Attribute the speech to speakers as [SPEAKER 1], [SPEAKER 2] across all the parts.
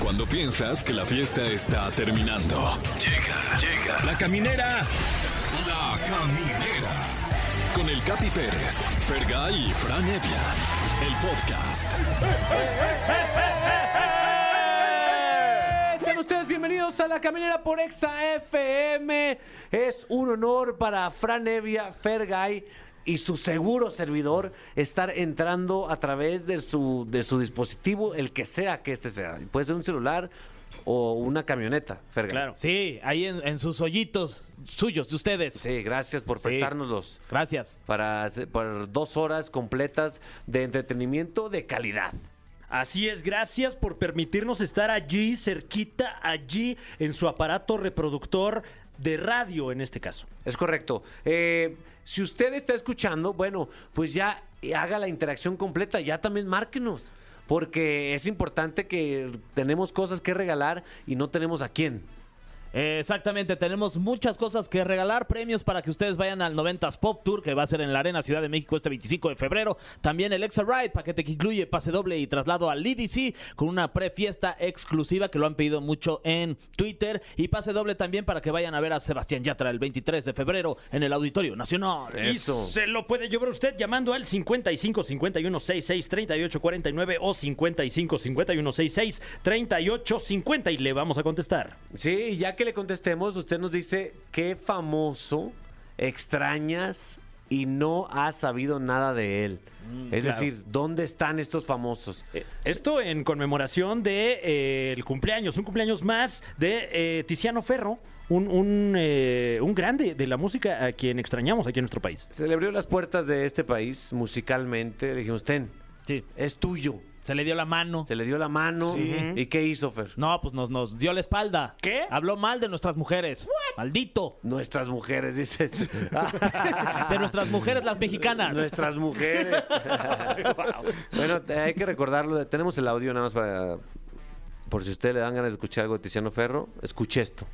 [SPEAKER 1] Cuando piensas que la fiesta está terminando. Llega, llega. La caminera. La caminera. Con el Capi Pérez, Fergay y Fran Evia. El podcast.
[SPEAKER 2] ¡Eh! Sean ustedes bienvenidos a La Caminera por Exa FM. Es un honor para Fran Evia, Fergay y su seguro servidor estar entrando a través de su, de su dispositivo, el que sea que este sea. Puede ser un celular o una camioneta, Fergay.
[SPEAKER 3] Claro. Sí, ahí en, en sus hoyitos suyos, de ustedes.
[SPEAKER 2] Sí, gracias por
[SPEAKER 3] Sí.
[SPEAKER 2] prestárnoslos.
[SPEAKER 3] Gracias.
[SPEAKER 2] Para, hacer- por dos horas completas de entretenimiento de calidad.
[SPEAKER 4] Así es, gracias por permitirnos estar allí, cerquita, allí, en su aparato reproductor de radio en este caso.
[SPEAKER 2] Es correcto. Eh, si usted está escuchando, bueno, pues ya eh, haga la interacción completa, ya también márquenos. Porque es importante que tenemos cosas que regalar y no tenemos a quién.
[SPEAKER 3] Eh, exactamente, tenemos muchas cosas que regalar, premios para que ustedes vayan al 90s Pop Tour, que va a ser en la Arena Ciudad de México este 25 de febrero. También el Exa Ride, paquete que incluye pase doble y traslado al EDC con una prefiesta exclusiva que lo han pedido mucho en Twitter. Y pase doble también para que vayan a ver a Sebastián Yatra el 23 de febrero en el Auditorio Nacional.
[SPEAKER 2] Eso.
[SPEAKER 4] Y se lo puede llevar usted llamando al 55 51 66 38 49 o 55 51 66 38 50 y le vamos a contestar.
[SPEAKER 2] Sí, y ya que le contestemos, usted nos dice qué famoso extrañas y no has sabido nada de él. es
[SPEAKER 4] claro.
[SPEAKER 2] decir, ¿dónde están estos famosos?
[SPEAKER 4] Eh, Esto en conmemoración de eh, el cumpleaños, un cumpleaños más de eh, Tiziano Ferro, un, un, eh, un grande de la música a quien extrañamos aquí en nuestro país.
[SPEAKER 2] Se le abrió las puertas de este país musicalmente. Le dijimos, ten,
[SPEAKER 3] Sí,
[SPEAKER 2] es tuyo.
[SPEAKER 3] se le dio la mano.
[SPEAKER 2] Se le dio la mano. ¿Y qué hizo, Fer?
[SPEAKER 3] No, pues nos, nos dio la espalda.
[SPEAKER 4] ¿Qué?
[SPEAKER 3] Habló mal de nuestras mujeres. Maldito.
[SPEAKER 2] Nuestras mujeres, dices.
[SPEAKER 3] De nuestras mujeres, las mexicanas.
[SPEAKER 2] Nuestras mujeres. bueno, te- hay que recordarlo. Tenemos el audio nada más para. Por si usted le dan ganas de escuchar algo de Tiziano Ferro, escuche esto.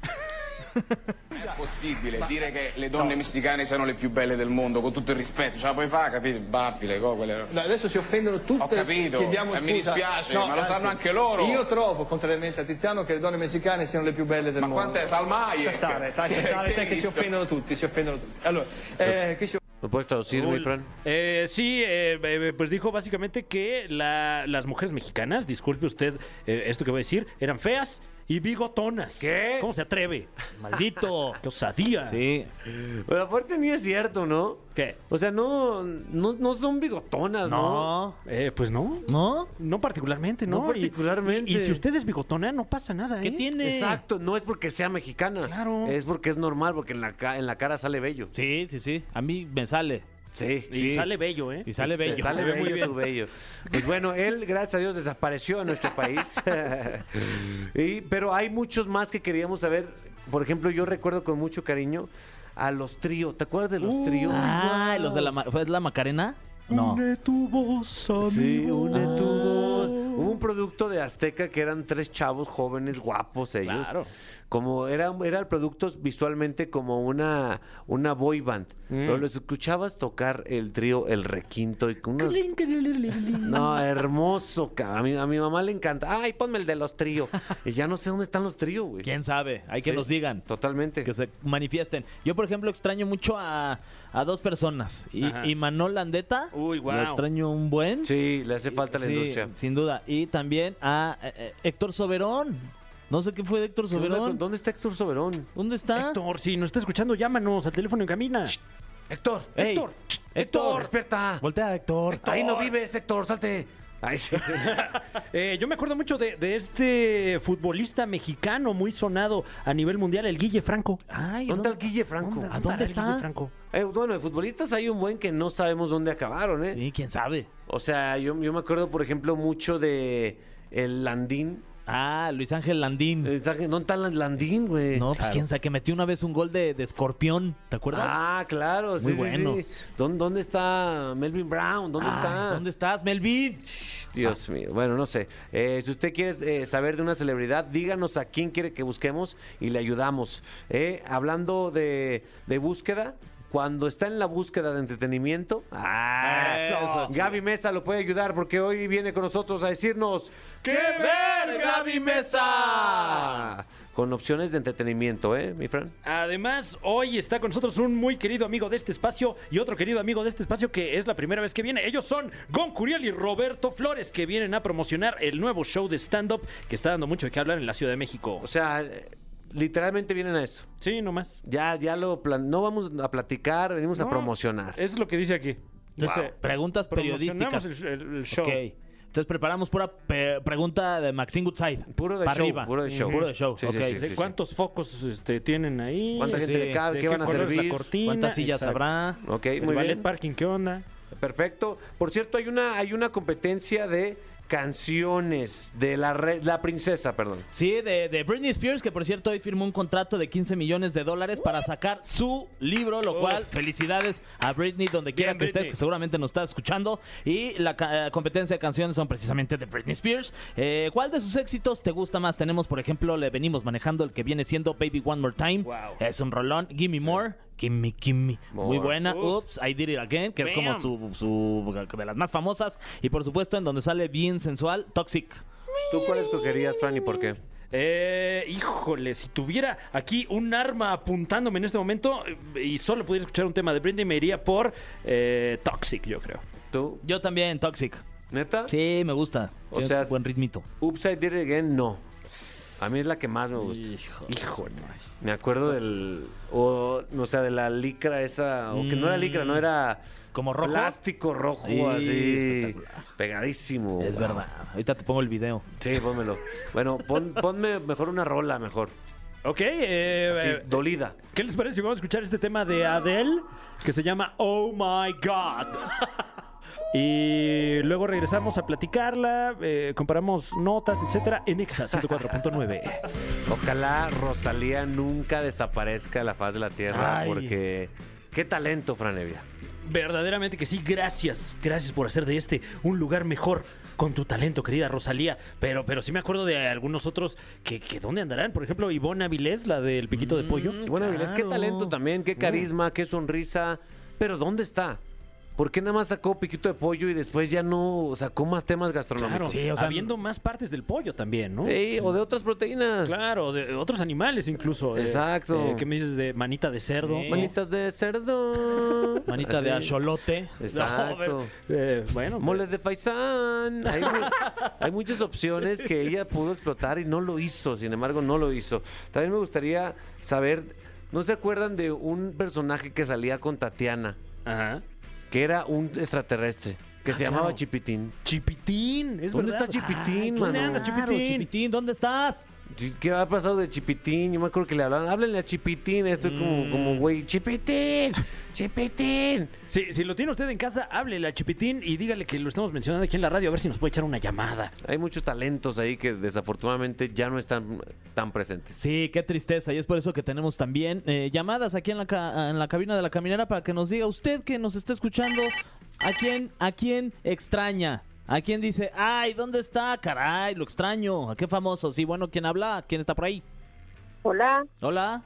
[SPEAKER 5] È possibile dire che le donne messicane siano le più belle del mondo, con tutto il rispetto, ce la puoi fare, capito? Baffi, le cocole.
[SPEAKER 6] No, adesso si offendono tutte.
[SPEAKER 5] Ho capito,
[SPEAKER 6] chiediamo
[SPEAKER 5] eh,
[SPEAKER 6] scusa.
[SPEAKER 5] mi dispiace, ma lo
[SPEAKER 6] anzi,
[SPEAKER 5] sanno anche loro.
[SPEAKER 6] Io trovo, contrariamente a Tiziano, che le donne messicane siano le più belle del
[SPEAKER 5] Ma
[SPEAKER 6] mondo.
[SPEAKER 5] quante salmaie?
[SPEAKER 6] Lascia stare, lascia stare, te che si offendono tutti, si offendono tutti. Allora, eh, che si
[SPEAKER 2] ¿Lo puedes traducir, mi Fran?
[SPEAKER 4] Eh, sí, eh, eh, pues dijo básicamente que la- las mujeres mexicanas, disculpe usted eh, esto que voy a decir, eran feas y bigotonas.
[SPEAKER 2] ¿Qué?
[SPEAKER 4] ¿Cómo se atreve?
[SPEAKER 3] Maldito.
[SPEAKER 4] ¡Qué osadía!
[SPEAKER 3] Sí.
[SPEAKER 2] Pero aparte ni es cierto, ¿no?
[SPEAKER 4] ¿Qué?
[SPEAKER 2] O sea, no, no, no son bigotonas, ¿no?
[SPEAKER 3] No.
[SPEAKER 4] Eh, pues no.
[SPEAKER 3] ¿No?
[SPEAKER 4] No particularmente, ¿no?
[SPEAKER 2] No
[SPEAKER 4] Y-
[SPEAKER 2] particularmente.
[SPEAKER 4] Y, y si usted es bigotona, no pasa nada,
[SPEAKER 3] ¿Qué
[SPEAKER 4] ¿eh?
[SPEAKER 3] tiene?
[SPEAKER 2] Exacto, no es porque sea mexicana.
[SPEAKER 4] Claro.
[SPEAKER 2] Es porque es normal, porque en la, ca- en la cara sale bello.
[SPEAKER 3] Sí, sí, sí. A mí me sale.
[SPEAKER 2] Sí.
[SPEAKER 4] Y
[SPEAKER 3] Sí.
[SPEAKER 4] sale bello, ¿eh?
[SPEAKER 3] Y sale
[SPEAKER 2] Te
[SPEAKER 3] bello.
[SPEAKER 2] Este, Sale
[SPEAKER 4] Muy
[SPEAKER 2] bello
[SPEAKER 4] bien.
[SPEAKER 2] tu bello. Pues bueno, él, gracias a Dios, desapareció de nuestro país. Y- pero hay muchos más que queríamos saber. Por ejemplo, yo recuerdo con mucho cariño a los tríos. ¿Te acuerdas de los tríos?
[SPEAKER 3] Ah, los de la, ma- ¿fue la Macarena? No.
[SPEAKER 2] Sí, un
[SPEAKER 4] Ah.
[SPEAKER 2] etuvo. Hubo un producto de Azteca que eran tres chavos jóvenes, guapos ellos.
[SPEAKER 4] Claro.
[SPEAKER 2] Como era, era el producto visualmente como una, una boy band. Pero los escuchabas tocar el trío El Requinto y con unos- No, hermoso, ca- a mi, a mi mamá le encanta. Ay, ponme el de los tríos. Y ya no sé dónde están los tríos, güey.
[SPEAKER 3] ¿Quién sabe? Hay que
[SPEAKER 2] Sí,
[SPEAKER 3] nos digan.
[SPEAKER 2] Totalmente.
[SPEAKER 3] Que se manifiesten. Yo, por ejemplo, extraño mucho a, a dos personas. Y,
[SPEAKER 4] Ajá.
[SPEAKER 3] y Manol Landeta.
[SPEAKER 4] Uy,
[SPEAKER 3] Lo
[SPEAKER 4] guau.
[SPEAKER 3] extraño un buen.
[SPEAKER 2] Sí, le hace falta la
[SPEAKER 3] Sí,
[SPEAKER 2] industria.
[SPEAKER 3] sin duda. Y también a eh, eh, Héctor Soberón. No sé qué fue de Héctor
[SPEAKER 2] ¿Qué onda con-
[SPEAKER 3] Soberón.
[SPEAKER 2] ¿Dónde está Héctor Soberón?
[SPEAKER 3] ¿Dónde está?
[SPEAKER 4] Héctor, si nos está escuchando, llámanos al teléfono en camina.
[SPEAKER 2] Héctor,
[SPEAKER 3] Ey,
[SPEAKER 2] Héctor, Héctor,
[SPEAKER 3] Héctor.
[SPEAKER 2] despierta.
[SPEAKER 3] Voltea, Héctor.
[SPEAKER 2] Ahí no vives, Héctor, salte. Ahí sí.
[SPEAKER 4] Eh, yo me acuerdo mucho de, de este futbolista mexicano muy sonado a nivel mundial, el Guille Franco.
[SPEAKER 3] Ay,
[SPEAKER 2] ¿Dónde está el Guille Franco?
[SPEAKER 3] ¿Dónde,
[SPEAKER 2] ¿A
[SPEAKER 3] dónde
[SPEAKER 4] estará el Guille
[SPEAKER 3] está?
[SPEAKER 4] Franco?
[SPEAKER 2] Eh, bueno, de futbolistas hay un buen que no sabemos dónde acabaron, ¿eh?
[SPEAKER 3] Sí, quién sabe.
[SPEAKER 2] O sea, yo, yo me acuerdo, por ejemplo, mucho de el Landín.
[SPEAKER 3] Ah, Luis Ángel Landín.
[SPEAKER 2] Eh, ¿sabe- ¿Dónde está el Landín, güey?
[SPEAKER 3] no, pues quién sabe, que metió una vez un gol de, de escorpión, ¿te acuerdas?
[SPEAKER 2] Ah, claro. sí,
[SPEAKER 3] Muy
[SPEAKER 2] sí,
[SPEAKER 3] bueno.
[SPEAKER 2] sí. ¿Dónde, dónde está Melvin Brown? ¿Dónde
[SPEAKER 3] Ay,
[SPEAKER 2] está?
[SPEAKER 3] ¿Dónde estás, Melvin?
[SPEAKER 2] Dios mío. Bueno, no sé. Eh, si usted quiere eh, saber de una celebridad, díganos a quién quiere que busquemos y le ayudamos. Eh, hablando de, de búsqueda. Cuando está en la búsqueda de entretenimiento, ¡ah! Gaby Mesa lo puede ayudar porque hoy viene con nosotros a decirnos ¡Qué verga mi mesa! Con opciones de entretenimiento, ¿eh, mi Fran?
[SPEAKER 4] Además, hoy está con nosotros un muy querido amigo de este espacio y otro querido amigo de este espacio que es la primera vez que viene. Ellos son Gon Curiel y Roberto Flores, que vienen a promocionar el nuevo show de stand-up que está dando mucho de qué hablar en la Ciudad de México.
[SPEAKER 2] O sea, eh, literalmente vienen a eso.
[SPEAKER 4] Sí, nomás.
[SPEAKER 2] Ya, ya lo plan... No vamos a platicar, venimos a
[SPEAKER 4] No,
[SPEAKER 2] promocionar.
[SPEAKER 4] Es lo que dice aquí. Dice,
[SPEAKER 3] Preguntas
[SPEAKER 4] "Promocionamos
[SPEAKER 3] periodísticas.
[SPEAKER 4] El, el- el show.
[SPEAKER 3] Ok. Entonces preparamos pura pe- pregunta de Maxine Goodside.
[SPEAKER 2] Puro de
[SPEAKER 3] Pa'
[SPEAKER 2] show, puro de show.
[SPEAKER 3] Puro de show.
[SPEAKER 2] Sí,
[SPEAKER 3] ok.
[SPEAKER 2] sí,
[SPEAKER 4] Sí,
[SPEAKER 2] sí, sí.
[SPEAKER 4] ¿Cuántos focos este, tienen ahí?
[SPEAKER 2] ¿Cuánta
[SPEAKER 3] Sí.
[SPEAKER 2] gente le cabe?
[SPEAKER 4] ¿De
[SPEAKER 2] ¿Qué van a
[SPEAKER 4] color es
[SPEAKER 2] servir?
[SPEAKER 4] La cortina?
[SPEAKER 3] ¿Cuántas sillas
[SPEAKER 4] Exacto.
[SPEAKER 3] habrá?
[SPEAKER 2] Ok,
[SPEAKER 4] ¿El
[SPEAKER 2] muy
[SPEAKER 4] ballet
[SPEAKER 2] bien.
[SPEAKER 4] parking qué onda?
[SPEAKER 2] Perfecto. Por cierto, hay una, hay una competencia de canciones de la re- la princesa, perdón.
[SPEAKER 3] Sí, de, de Britney Spears, que por cierto hoy firmó un contrato de 15 millones de dólares para sacar su libro, lo cual felicidades a Britney donde quiera
[SPEAKER 4] Bien,
[SPEAKER 3] que estés,
[SPEAKER 4] Britney.
[SPEAKER 3] que seguramente nos está escuchando. Y la ca- eh, competencia de canciones son precisamente de Britney Spears. Eh, ¿Cuál de sus éxitos te gusta más? Tenemos, por ejemplo, le venimos manejando el que viene siendo Baby One More Time.
[SPEAKER 4] Wow.
[SPEAKER 3] Es un rolón. Gimme More. Gimme, gimme. Muy
[SPEAKER 2] More.
[SPEAKER 3] buena.
[SPEAKER 4] Uf.
[SPEAKER 3] Oops, I Did It Again, que es como
[SPEAKER 4] Bam.
[SPEAKER 3] su, su- de las más famosas. Y por supuesto, en donde sale bien sensual, Toxic.
[SPEAKER 2] ¿Tú cuál escogerías, Fran, y por qué?
[SPEAKER 4] Eh, híjole, si tuviera aquí un arma apuntándome en este momento eh, y solo pudiera escuchar un tema de Britney, me iría por eh, Toxic, yo creo.
[SPEAKER 2] ¿Tú?
[SPEAKER 3] Yo también, Toxic.
[SPEAKER 2] ¿Neta?
[SPEAKER 3] Sí, me gusta.
[SPEAKER 2] O
[SPEAKER 3] O
[SPEAKER 2] sea,
[SPEAKER 3] sea, buen ritmito.
[SPEAKER 2] Upside Down Again, no. A mí es la que más me gusta.
[SPEAKER 4] Híjole.
[SPEAKER 2] Me acuerdo del. O, o sea, de la licra esa. O que no era licra, no era.
[SPEAKER 3] Mm. ¿Como rojo?
[SPEAKER 2] Plástico rojo,
[SPEAKER 3] Sí,
[SPEAKER 2] así.
[SPEAKER 3] espectacular.
[SPEAKER 2] Pegadísimo.
[SPEAKER 3] Es
[SPEAKER 2] Wow.
[SPEAKER 3] verdad. Ahorita te pongo el video.
[SPEAKER 2] Sí, pónmelo. Bueno, pon- ponme mejor una rola, mejor.
[SPEAKER 4] Ok, eh,
[SPEAKER 2] Así,
[SPEAKER 4] eh,
[SPEAKER 2] dolida.
[SPEAKER 4] ¿qué les parece si vamos a escuchar este tema de Adele que se llama Oh My God? y luego regresamos a platicarla, eh, comparamos notas, etcétera, en Exa 104.9.
[SPEAKER 2] Ojalá Rosalía nunca desaparezca de la faz de la tierra,
[SPEAKER 3] Ay.
[SPEAKER 2] porque. Qué talento, Franevia.
[SPEAKER 4] Verdaderamente que sí, gracias. Gracias por hacer de este un lugar mejor con tu talento, querida Rosalía. Pero, pero sí me acuerdo de algunos otros que, que ¿dónde andarán? Por ejemplo, Ivonne Avilés, la del piquito de pollo.
[SPEAKER 2] Bueno, Mm, Avilés, qué
[SPEAKER 3] Claro. Mm.
[SPEAKER 2] talento también, qué carisma, qué sonrisa. Pero ¿dónde está? ¿Por qué nada más sacó piquito de pollo y después ya no sacó más temas
[SPEAKER 4] Claro,
[SPEAKER 2] gastronómicos?
[SPEAKER 3] Sí, o sea,
[SPEAKER 4] habiendo más partes del pollo también, ¿no?
[SPEAKER 2] Sí, o de otras proteínas.
[SPEAKER 4] Claro, de otros animales incluso. eh,
[SPEAKER 2] Exacto.
[SPEAKER 4] eh, ¿Qué me dices de manita de cerdo?
[SPEAKER 3] Sí.
[SPEAKER 2] Manitas de cerdo.
[SPEAKER 3] Manita
[SPEAKER 2] Así.
[SPEAKER 3] de acholote.
[SPEAKER 2] Exacto.
[SPEAKER 4] Eh, bueno,
[SPEAKER 2] Moles de paisán. Hay, mu- hay muchas opciones que ella pudo explotar y no lo hizo, sin embargo, no lo hizo. También me gustaría saber, ¿no se acuerdan de un personaje que salía con Tatiana,
[SPEAKER 4] Ajá.
[SPEAKER 2] que era un extraterrestre, que se llamaba
[SPEAKER 4] claro.
[SPEAKER 2] Chipitín?
[SPEAKER 4] Chipitín, es
[SPEAKER 2] ¿Dónde
[SPEAKER 4] verdad.
[SPEAKER 2] está Chipitín,
[SPEAKER 4] Ay,
[SPEAKER 2] mano?
[SPEAKER 4] ¿Dónde andas,
[SPEAKER 3] Claro,
[SPEAKER 4] Chipitín?
[SPEAKER 3] Chipitín, ¿dónde estás?
[SPEAKER 2] Sí, ¿Qué ha pasado de Chipitín? Yo me acuerdo que le hablaban, háblenle a Chipitín. Estoy como, como, güey, Chipitín, Chipitín.
[SPEAKER 4] Sí, si lo tiene usted en casa, háblele a Chipitín y dígale que lo estamos mencionando aquí en la radio, a ver si nos puede echar una llamada.
[SPEAKER 2] Hay muchos talentos ahí que desafortunadamente ya no están tan presentes.
[SPEAKER 3] Sí, qué tristeza. Y es por eso que tenemos también eh, llamadas aquí en la, ca- en la cabina de la caminera para que nos diga usted que nos está escuchando a quién, a quién extraña. ¿A quién dice, ay, ¿dónde está? Caray, lo extraño. ¿A qué famoso? Sí, bueno, ¿quién habla? ¿Quién está por ahí?
[SPEAKER 7] Hola,
[SPEAKER 3] Hola.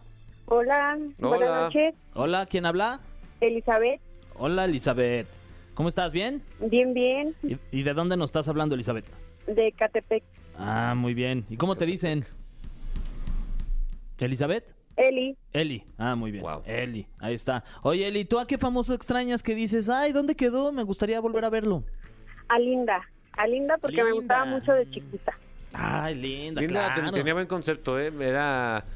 [SPEAKER 7] hola, buenas
[SPEAKER 2] Hola.
[SPEAKER 7] noches,
[SPEAKER 3] Hola, ¿quién habla?
[SPEAKER 7] Elizabeth,
[SPEAKER 3] Hola, Elizabeth. ¿Cómo estás? ¿Bien?
[SPEAKER 7] bien, bien,
[SPEAKER 3] ¿Y, y de dónde nos estás hablando, Elizabeth?
[SPEAKER 7] de Catepec,
[SPEAKER 3] Ah, muy bien. ¿Y cómo te dicen? ¿Elizabeth?
[SPEAKER 7] Eli,
[SPEAKER 3] Eli. Ah, muy bien.
[SPEAKER 2] Guau.
[SPEAKER 3] Eli, ahí está. Oye, Eli, ¿tú a qué famoso extrañas que dices, ay, ¿dónde quedó? Me gustaría volver a verlo.
[SPEAKER 7] a Linda, a Linda porque me
[SPEAKER 4] Linda.
[SPEAKER 7] gustaba mucho de chiquita.
[SPEAKER 3] Ay, linda,
[SPEAKER 2] Linda te-
[SPEAKER 3] claro.
[SPEAKER 2] tenía buen concepto, ¿eh? Era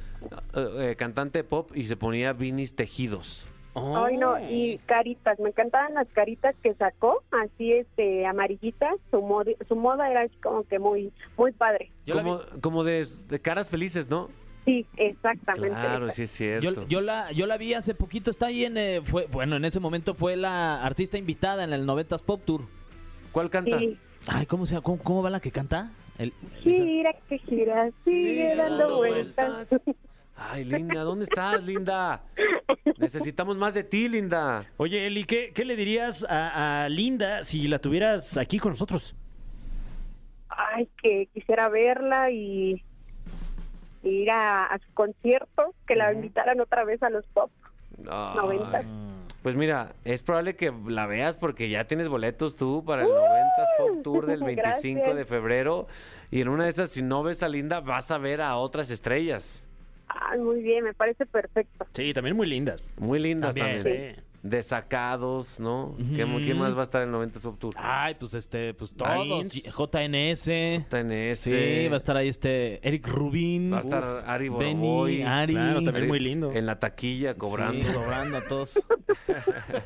[SPEAKER 2] eh, eh, cantante pop y se ponía vinis tejidos.
[SPEAKER 7] Ay, no, y caritas, me encantaban las caritas que sacó, así este, amarillitas, su, mod- su moda era así como que muy, muy padre.
[SPEAKER 3] Yo la vi-
[SPEAKER 2] como como de, de caras felices, ¿no?
[SPEAKER 7] Sí, exactamente.
[SPEAKER 2] Claro,
[SPEAKER 7] esa.
[SPEAKER 2] sí es cierto.
[SPEAKER 3] Yo, yo la, yo la vi hace poquito, está ahí en... eh, fue, bueno, en ese momento fue la artista invitada en el 90s Pop Tour.
[SPEAKER 2] ¿Cuál canta?
[SPEAKER 7] Sí,
[SPEAKER 3] Ay, ¿cómo, se, cómo, cómo va la que canta? El- Elizabeth.
[SPEAKER 7] gira que gira, sigue dando vueltas.
[SPEAKER 2] Ay, Linda, ¿dónde estás, Linda? Necesitamos más de ti, Linda.
[SPEAKER 4] Oye, Eli, ¿qué, qué le dirías a, a Linda si la tuvieras aquí con nosotros?
[SPEAKER 7] Ay, que quisiera verla y, y ir a, a su concierto, que la invitaran otra vez a los pop
[SPEAKER 2] Ay,
[SPEAKER 7] 90.
[SPEAKER 2] Pues mira, es probable que la veas porque ya tienes boletos tú para el 90s Pop Tour del 25 de
[SPEAKER 7] Gracias.
[SPEAKER 2] febrero. Y en una de esas, si no ves a Linda, vas a ver a otras estrellas.
[SPEAKER 7] Ay, muy bien, me parece perfecto.
[SPEAKER 4] Sí, también muy lindas.
[SPEAKER 2] Muy lindas también.
[SPEAKER 4] También, sí.
[SPEAKER 2] Desacados, ¿no? ¿Qué-
[SPEAKER 3] Ujú.
[SPEAKER 2] ¿Quién más va a estar en el 90s Pop Tour?
[SPEAKER 3] Ay, pues este, pues todos.
[SPEAKER 4] Dains.
[SPEAKER 3] JNS.
[SPEAKER 2] TNS.
[SPEAKER 3] Sí, va a estar ahí este Eric Rubin.
[SPEAKER 2] Va a estar
[SPEAKER 3] Uf,
[SPEAKER 2] Ari
[SPEAKER 3] Benny,
[SPEAKER 2] Boroboy.
[SPEAKER 3] Ari.
[SPEAKER 4] Claro, también
[SPEAKER 2] Ari-
[SPEAKER 4] muy lindo.
[SPEAKER 2] En la taquilla, cobrando.
[SPEAKER 3] Sí, cobrando a todos.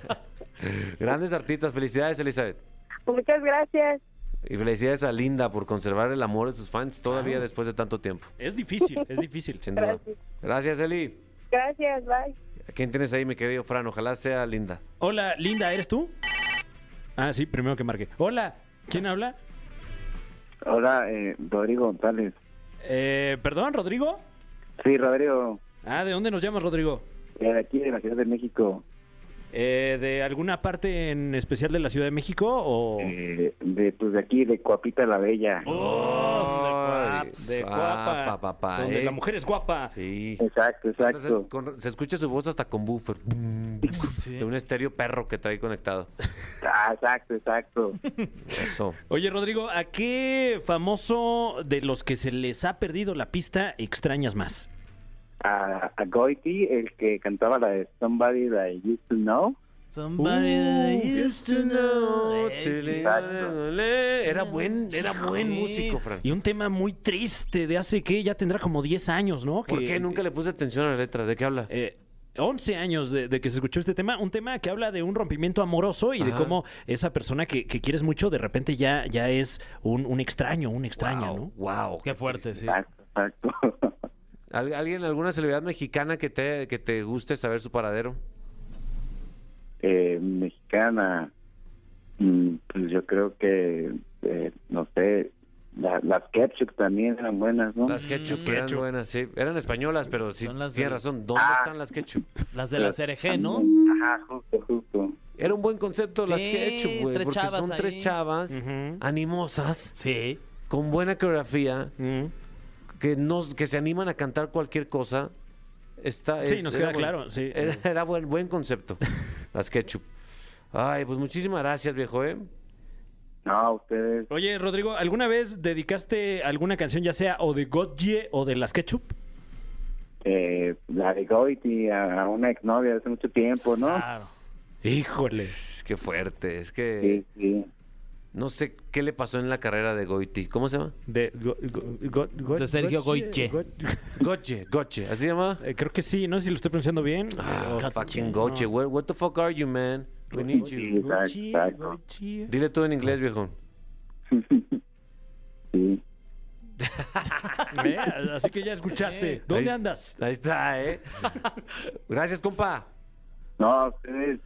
[SPEAKER 2] Grandes artistas. Felicidades, Elizabeth.
[SPEAKER 7] Pues Muchas gracias.
[SPEAKER 2] Y felicidades a Linda por conservar el amor de sus fans todavía después de tanto tiempo.
[SPEAKER 4] Es difícil, es difícil.
[SPEAKER 2] Sin duda.
[SPEAKER 7] Gracias.
[SPEAKER 2] Gracias, Eli.
[SPEAKER 7] Gracias, bye.
[SPEAKER 2] ¿A quién tienes ahí, mi querido Fran? Ojalá sea Linda.
[SPEAKER 4] Hola, Linda, ¿eres tú? Ah, sí, primero que marque. Hola, ¿quién habla?
[SPEAKER 8] Hola, eh, Rodrigo González.
[SPEAKER 4] Eh, Perdón, Rodrigo.
[SPEAKER 8] Sí, Rodrigo,
[SPEAKER 4] Ah, ¿de dónde nos llamas, Rodrigo?
[SPEAKER 8] eh, de aquí de la Ciudad de México,
[SPEAKER 4] Eh, ¿De alguna parte en especial de la Ciudad de México
[SPEAKER 3] Oh.
[SPEAKER 4] o...?
[SPEAKER 8] eh, de, pues de aquí, de Coapita la Bella.
[SPEAKER 4] Oh,
[SPEAKER 2] Ay,
[SPEAKER 4] de
[SPEAKER 2] guapa,
[SPEAKER 4] guapa,
[SPEAKER 2] papá,
[SPEAKER 4] donde
[SPEAKER 2] eh.
[SPEAKER 4] la mujer es guapa.
[SPEAKER 2] Sí.
[SPEAKER 8] Exacto,
[SPEAKER 2] Entonces,
[SPEAKER 8] exacto.
[SPEAKER 2] con- se escucha su voz hasta con buffer. De un estéreo perro que trae conectado.
[SPEAKER 8] Ah, exacto, exacto.
[SPEAKER 2] Eso.
[SPEAKER 4] Oye, Rodrigo, ¿a qué famoso de los que se les ha perdido la pista extrañas más?
[SPEAKER 8] A, a Goiti, el que cantaba la de Somebody That I Used to Know.
[SPEAKER 3] Somebody that I used to know. Eh,
[SPEAKER 8] exacto.
[SPEAKER 2] Era buen, era buen
[SPEAKER 3] Sí.
[SPEAKER 2] músico, Fran.
[SPEAKER 4] Y un tema muy triste de hace que ya tendrá como 10 años, ¿no?
[SPEAKER 2] ¿Por
[SPEAKER 4] Que-
[SPEAKER 2] qué nunca le puse atención a la letra? ¿De qué habla?
[SPEAKER 4] eh, 11 años de, de que se escuchó este tema, un tema que habla de un rompimiento amoroso y de
[SPEAKER 2] Ajá.
[SPEAKER 4] cómo esa persona que, que quieres mucho de repente ya, ya es un, un extraño, un extraña,
[SPEAKER 2] wow,
[SPEAKER 4] ¿no?
[SPEAKER 2] wow.
[SPEAKER 3] Qué fuerte, sí.
[SPEAKER 8] Exacto, exacto.
[SPEAKER 2] ¿Al- ¿Alguien, alguna celebridad mexicana que te, que te guste saber su paradero?
[SPEAKER 8] Eh, mexicana, mm, pues yo creo que, eh, no sé, la- las ketchup también eran buenas, ¿no?
[SPEAKER 2] Las ketchup, que eran buenas, sí. Eran españolas, pero sí,
[SPEAKER 3] Mm, Son las
[SPEAKER 2] tienes
[SPEAKER 3] del-
[SPEAKER 2] razón. ¿Dónde
[SPEAKER 8] Ah.
[SPEAKER 2] están las ketchup?
[SPEAKER 3] Las de la CRG, ¿no?
[SPEAKER 8] Ajá, justo, justo.
[SPEAKER 2] Era un buen concepto las
[SPEAKER 3] Sí,
[SPEAKER 2] ketchup, güey.
[SPEAKER 3] tres
[SPEAKER 2] Porque
[SPEAKER 3] chavas
[SPEAKER 2] son tres
[SPEAKER 3] ahí.
[SPEAKER 2] chavas
[SPEAKER 4] Ujú.
[SPEAKER 2] animosas,
[SPEAKER 3] Sí.
[SPEAKER 2] con buena coreografía,
[SPEAKER 4] Mm.
[SPEAKER 2] que, no, que se animan a cantar cualquier cosa. Está,
[SPEAKER 4] Sí,
[SPEAKER 2] es-
[SPEAKER 4] nos
[SPEAKER 2] era
[SPEAKER 4] queda
[SPEAKER 2] buen-
[SPEAKER 4] claro, sí.
[SPEAKER 2] Era, era buen, buen concepto, las ketchup. Ay, pues muchísimas gracias, viejo, ¿eh?
[SPEAKER 8] No, ustedes,
[SPEAKER 4] Oye, Rodrigo, ¿alguna vez dedicaste alguna canción, ya sea o de Gotye o de las Ketchup?
[SPEAKER 8] eh, la de Goiti a, a una exnovia de hace mucho tiempo, ¿no?
[SPEAKER 4] Ah,
[SPEAKER 3] Claro.
[SPEAKER 4] Híjole.
[SPEAKER 2] Qué fuerte, es que
[SPEAKER 8] Sí, sí.
[SPEAKER 2] no sé qué le pasó en la carrera de Goiti. ¿Cómo se llama?
[SPEAKER 4] De, go- go- go- go-
[SPEAKER 3] De Sergio Goyche.
[SPEAKER 4] Goyche.
[SPEAKER 2] Goche, Goche, ¿así se llama?
[SPEAKER 4] Eh, creo que sí, no sé si lo estoy pronunciando bien. Eh, oh,
[SPEAKER 2] Ah,
[SPEAKER 4] pero-
[SPEAKER 2] fucking Goche, where- what the fuck are you, man? We need you.
[SPEAKER 8] Sí, exacto,
[SPEAKER 4] Goyche,
[SPEAKER 8] exacto.
[SPEAKER 4] Goyche.
[SPEAKER 2] Dile tú en inglés, viejo.
[SPEAKER 8] Sí.
[SPEAKER 4] Ve, Así que ya escuchaste. ¿Dónde
[SPEAKER 2] Ahí-
[SPEAKER 4] andas?
[SPEAKER 2] Ahí está, ¿eh? Gracias, compa.
[SPEAKER 8] No, a ustedes,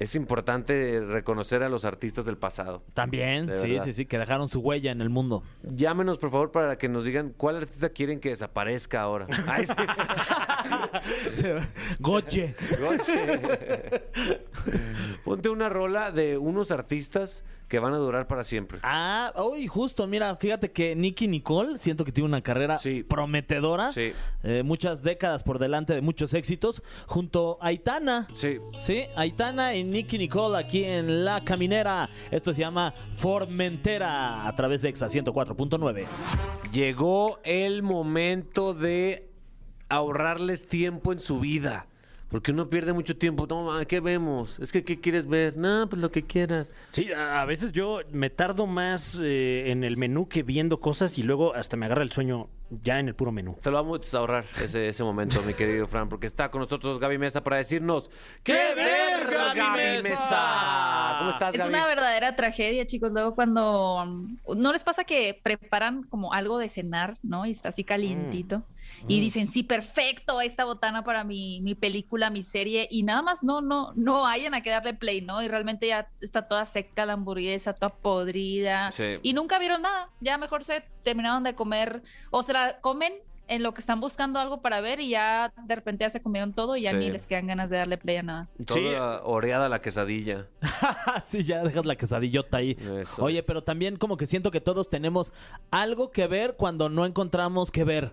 [SPEAKER 2] Es importante reconocer a los artistas del pasado.
[SPEAKER 3] También,
[SPEAKER 2] De
[SPEAKER 3] sí,
[SPEAKER 2] verdad.
[SPEAKER 3] sí, sí, que dejaron su huella en el mundo.
[SPEAKER 2] Llámenos, por favor, para que nos digan cuál artista quieren que desaparezca ahora. Ay, sí.
[SPEAKER 3] Goche.
[SPEAKER 2] Goche. Ponte una rola de unos artistas que van a durar para siempre.
[SPEAKER 3] Ah, uy, justo, mira, fíjate que Nicky Nicole, siento que tiene una carrera
[SPEAKER 2] Sí.
[SPEAKER 3] prometedora.
[SPEAKER 2] Sí.
[SPEAKER 3] Eh, muchas décadas por delante de muchos éxitos. Junto a Aitana.
[SPEAKER 2] Sí.
[SPEAKER 3] Sí, Aitana y Nicky Nicole aquí en La Caminera. Esto se llama Formentera a través de Exa 104.9.
[SPEAKER 2] Llegó el momento de ahorrarles tiempo en su vida. Porque uno pierde mucho tiempo. No, ma, ¿qué vemos? Es que, ¿qué quieres ver? No, pues lo que quieras.
[SPEAKER 4] Sí, a a veces yo me tardo más eh, en el menú que viendo cosas y luego hasta me agarra el sueño ya en el puro menú.
[SPEAKER 2] Te lo vamos a ahorrar ese, ese momento, mi querido Fran, porque está con nosotros Gaby Mesa para decirnos ¡Qué ver, Gaby, Mesa? ¿Cómo estás,
[SPEAKER 9] Es
[SPEAKER 2] Gaby?
[SPEAKER 9] una verdadera tragedia, chicos. Luego cuando mm, no les pasa que preparan como algo de cenar, ¿no? Y está así calientito.
[SPEAKER 5] Mm.
[SPEAKER 9] Y dicen, sí, perfecto, esta botana para mi, mi película, mi serie. Y nada más no, no, no hayan a que darle play, ¿no? Y realmente ya está toda seca la hamburguesa, toda podrida.
[SPEAKER 2] Sí.
[SPEAKER 9] Y nunca vieron nada. Ya mejor se terminaron de comer o se la comen en lo que están buscando algo para ver y ya de repente ya se comieron todo y ya
[SPEAKER 2] Sí.
[SPEAKER 9] ni les quedan ganas de darle play a nada.
[SPEAKER 2] Toda oreada la quesadilla.
[SPEAKER 3] Ah, sí, ya dejas la quesadillota ahí.
[SPEAKER 2] Eso.
[SPEAKER 3] Oye, pero también como que siento que todos tenemos algo que ver cuando no encontramos que ver.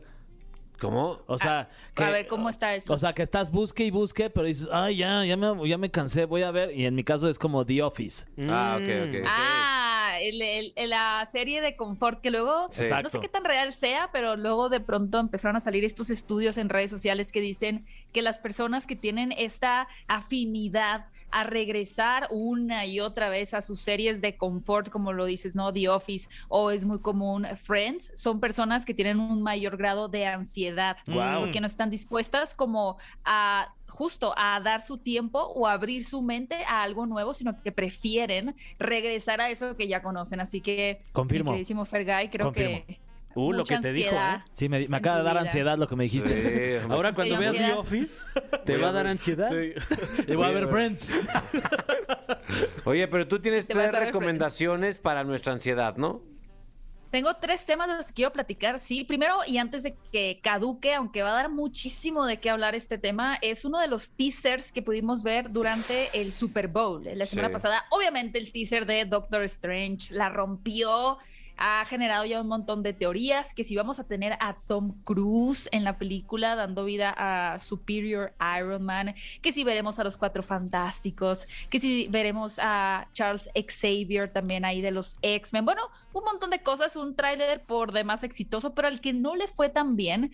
[SPEAKER 2] ¿Cómo?
[SPEAKER 3] O sea,
[SPEAKER 9] Ah, a ver cómo está eso.
[SPEAKER 3] O sea, que estás busque y busque, pero dices, ay, ya, ya me, ya me cansé, voy a ver. Y en mi caso es como The Office.
[SPEAKER 4] Mm.
[SPEAKER 2] Ah, ok, ok.
[SPEAKER 9] Ah, el- el- el- la serie de confort que luego,
[SPEAKER 2] Sí.
[SPEAKER 9] no
[SPEAKER 3] Exacto.
[SPEAKER 9] sé qué tan real sea, pero luego de pronto empezaron a salir estos estudios en redes sociales que dicen que las personas que tienen esta afinidad a regresar una y otra vez a sus series de confort, como lo dices, ¿no? The Office o es muy común Friends, son personas que tienen un mayor grado de ansiedad
[SPEAKER 3] Guau.
[SPEAKER 9] porque no están dispuestas como a justo a dar su tiempo o abrir su mente a algo nuevo, sino que prefieren regresar a eso que ya conocen. Así que,
[SPEAKER 3] Confirmo.
[SPEAKER 9] mi queridísimo Fergay, creo
[SPEAKER 3] Confirmo.
[SPEAKER 9] que
[SPEAKER 4] Uh, lo
[SPEAKER 9] mucha
[SPEAKER 4] que te dijo,
[SPEAKER 9] ansiedad.
[SPEAKER 4] ¿eh?
[SPEAKER 3] Sí, me, me
[SPEAKER 9] En
[SPEAKER 3] acaba de
[SPEAKER 9] tu
[SPEAKER 3] dar
[SPEAKER 9] vida.
[SPEAKER 3] ansiedad lo que me dijiste.
[SPEAKER 2] Sí, hombre.
[SPEAKER 4] Ahora cuando
[SPEAKER 9] Te
[SPEAKER 4] veas
[SPEAKER 9] dio
[SPEAKER 4] The
[SPEAKER 9] ansiedad.
[SPEAKER 4] Office, ¿te va a dar ansiedad?
[SPEAKER 3] Y voy a ver Friends.
[SPEAKER 2] Oye, pero tú tienes
[SPEAKER 9] Te vas a
[SPEAKER 2] tres
[SPEAKER 9] dar
[SPEAKER 2] recomendaciones para nuestra ansiedad, ¿no?
[SPEAKER 9] Tengo tres temas de los que quiero platicar. Sí, primero y antes de que eh, caduque, aunque va a dar muchísimo de qué hablar este tema, es uno de los teasers que pudimos ver durante el Super Bowl la semana
[SPEAKER 2] Sí.
[SPEAKER 9] pasada. Obviamente el teaser de Doctor Strange la rompió. Ha generado ya un montón de teorías que si vamos a tener a Tom Cruise en la película dando vida a Superior Iron Man, que si veremos a los Cuatro Fantásticos, que si veremos a Charles Xavier también ahí de los X-Men. Bueno, un montón de cosas, un tráiler por demás exitoso, pero al que no le fue tan bien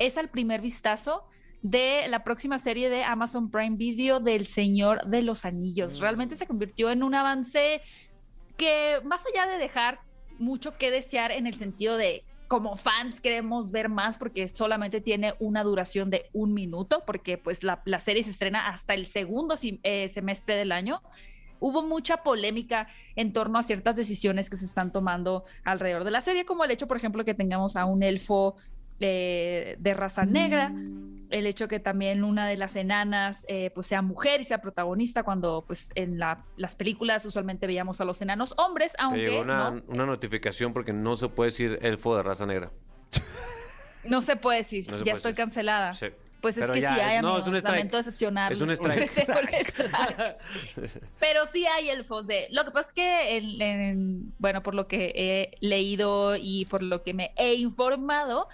[SPEAKER 9] es al primer vistazo de la próxima serie de Amazon Prime Video del Señor de los Anillos. Realmente se convirtió en un avance que más allá de dejar mucho que desear en el sentido de como fans queremos ver más porque solamente tiene una duración de un minuto porque pues la, la serie se estrena hasta el segundo sim- eh, semestre del año. Hubo mucha polémica en torno a ciertas decisiones que se están tomando alrededor de la serie, como el hecho, por ejemplo, que tengamos a un elfo eh, de raza negra, el hecho que también una de las enanas eh, pues sea mujer y sea protagonista cuando pues en la- las películas usualmente veíamos a los enanos hombres, ah,
[SPEAKER 2] Te
[SPEAKER 9] aunque
[SPEAKER 2] llegó una,
[SPEAKER 9] no,
[SPEAKER 2] una notificación porque no se puede decir elfo de raza negra.
[SPEAKER 9] no se puede decir,
[SPEAKER 2] No se
[SPEAKER 9] ya
[SPEAKER 2] puede
[SPEAKER 9] estoy
[SPEAKER 2] decir.
[SPEAKER 9] cancelada.
[SPEAKER 2] Sí.
[SPEAKER 9] Pues es
[SPEAKER 2] Pero
[SPEAKER 9] que
[SPEAKER 2] ya,
[SPEAKER 9] sí hay,
[SPEAKER 2] es- no,
[SPEAKER 9] amigos,
[SPEAKER 2] es un strike.
[SPEAKER 9] lamento decepcionarlos.
[SPEAKER 2] Es un strike.
[SPEAKER 9] Un strike. Pero sí hay elfos de... Lo que pasa es que, en- en- bueno, por lo que he leído y por lo que me he informado,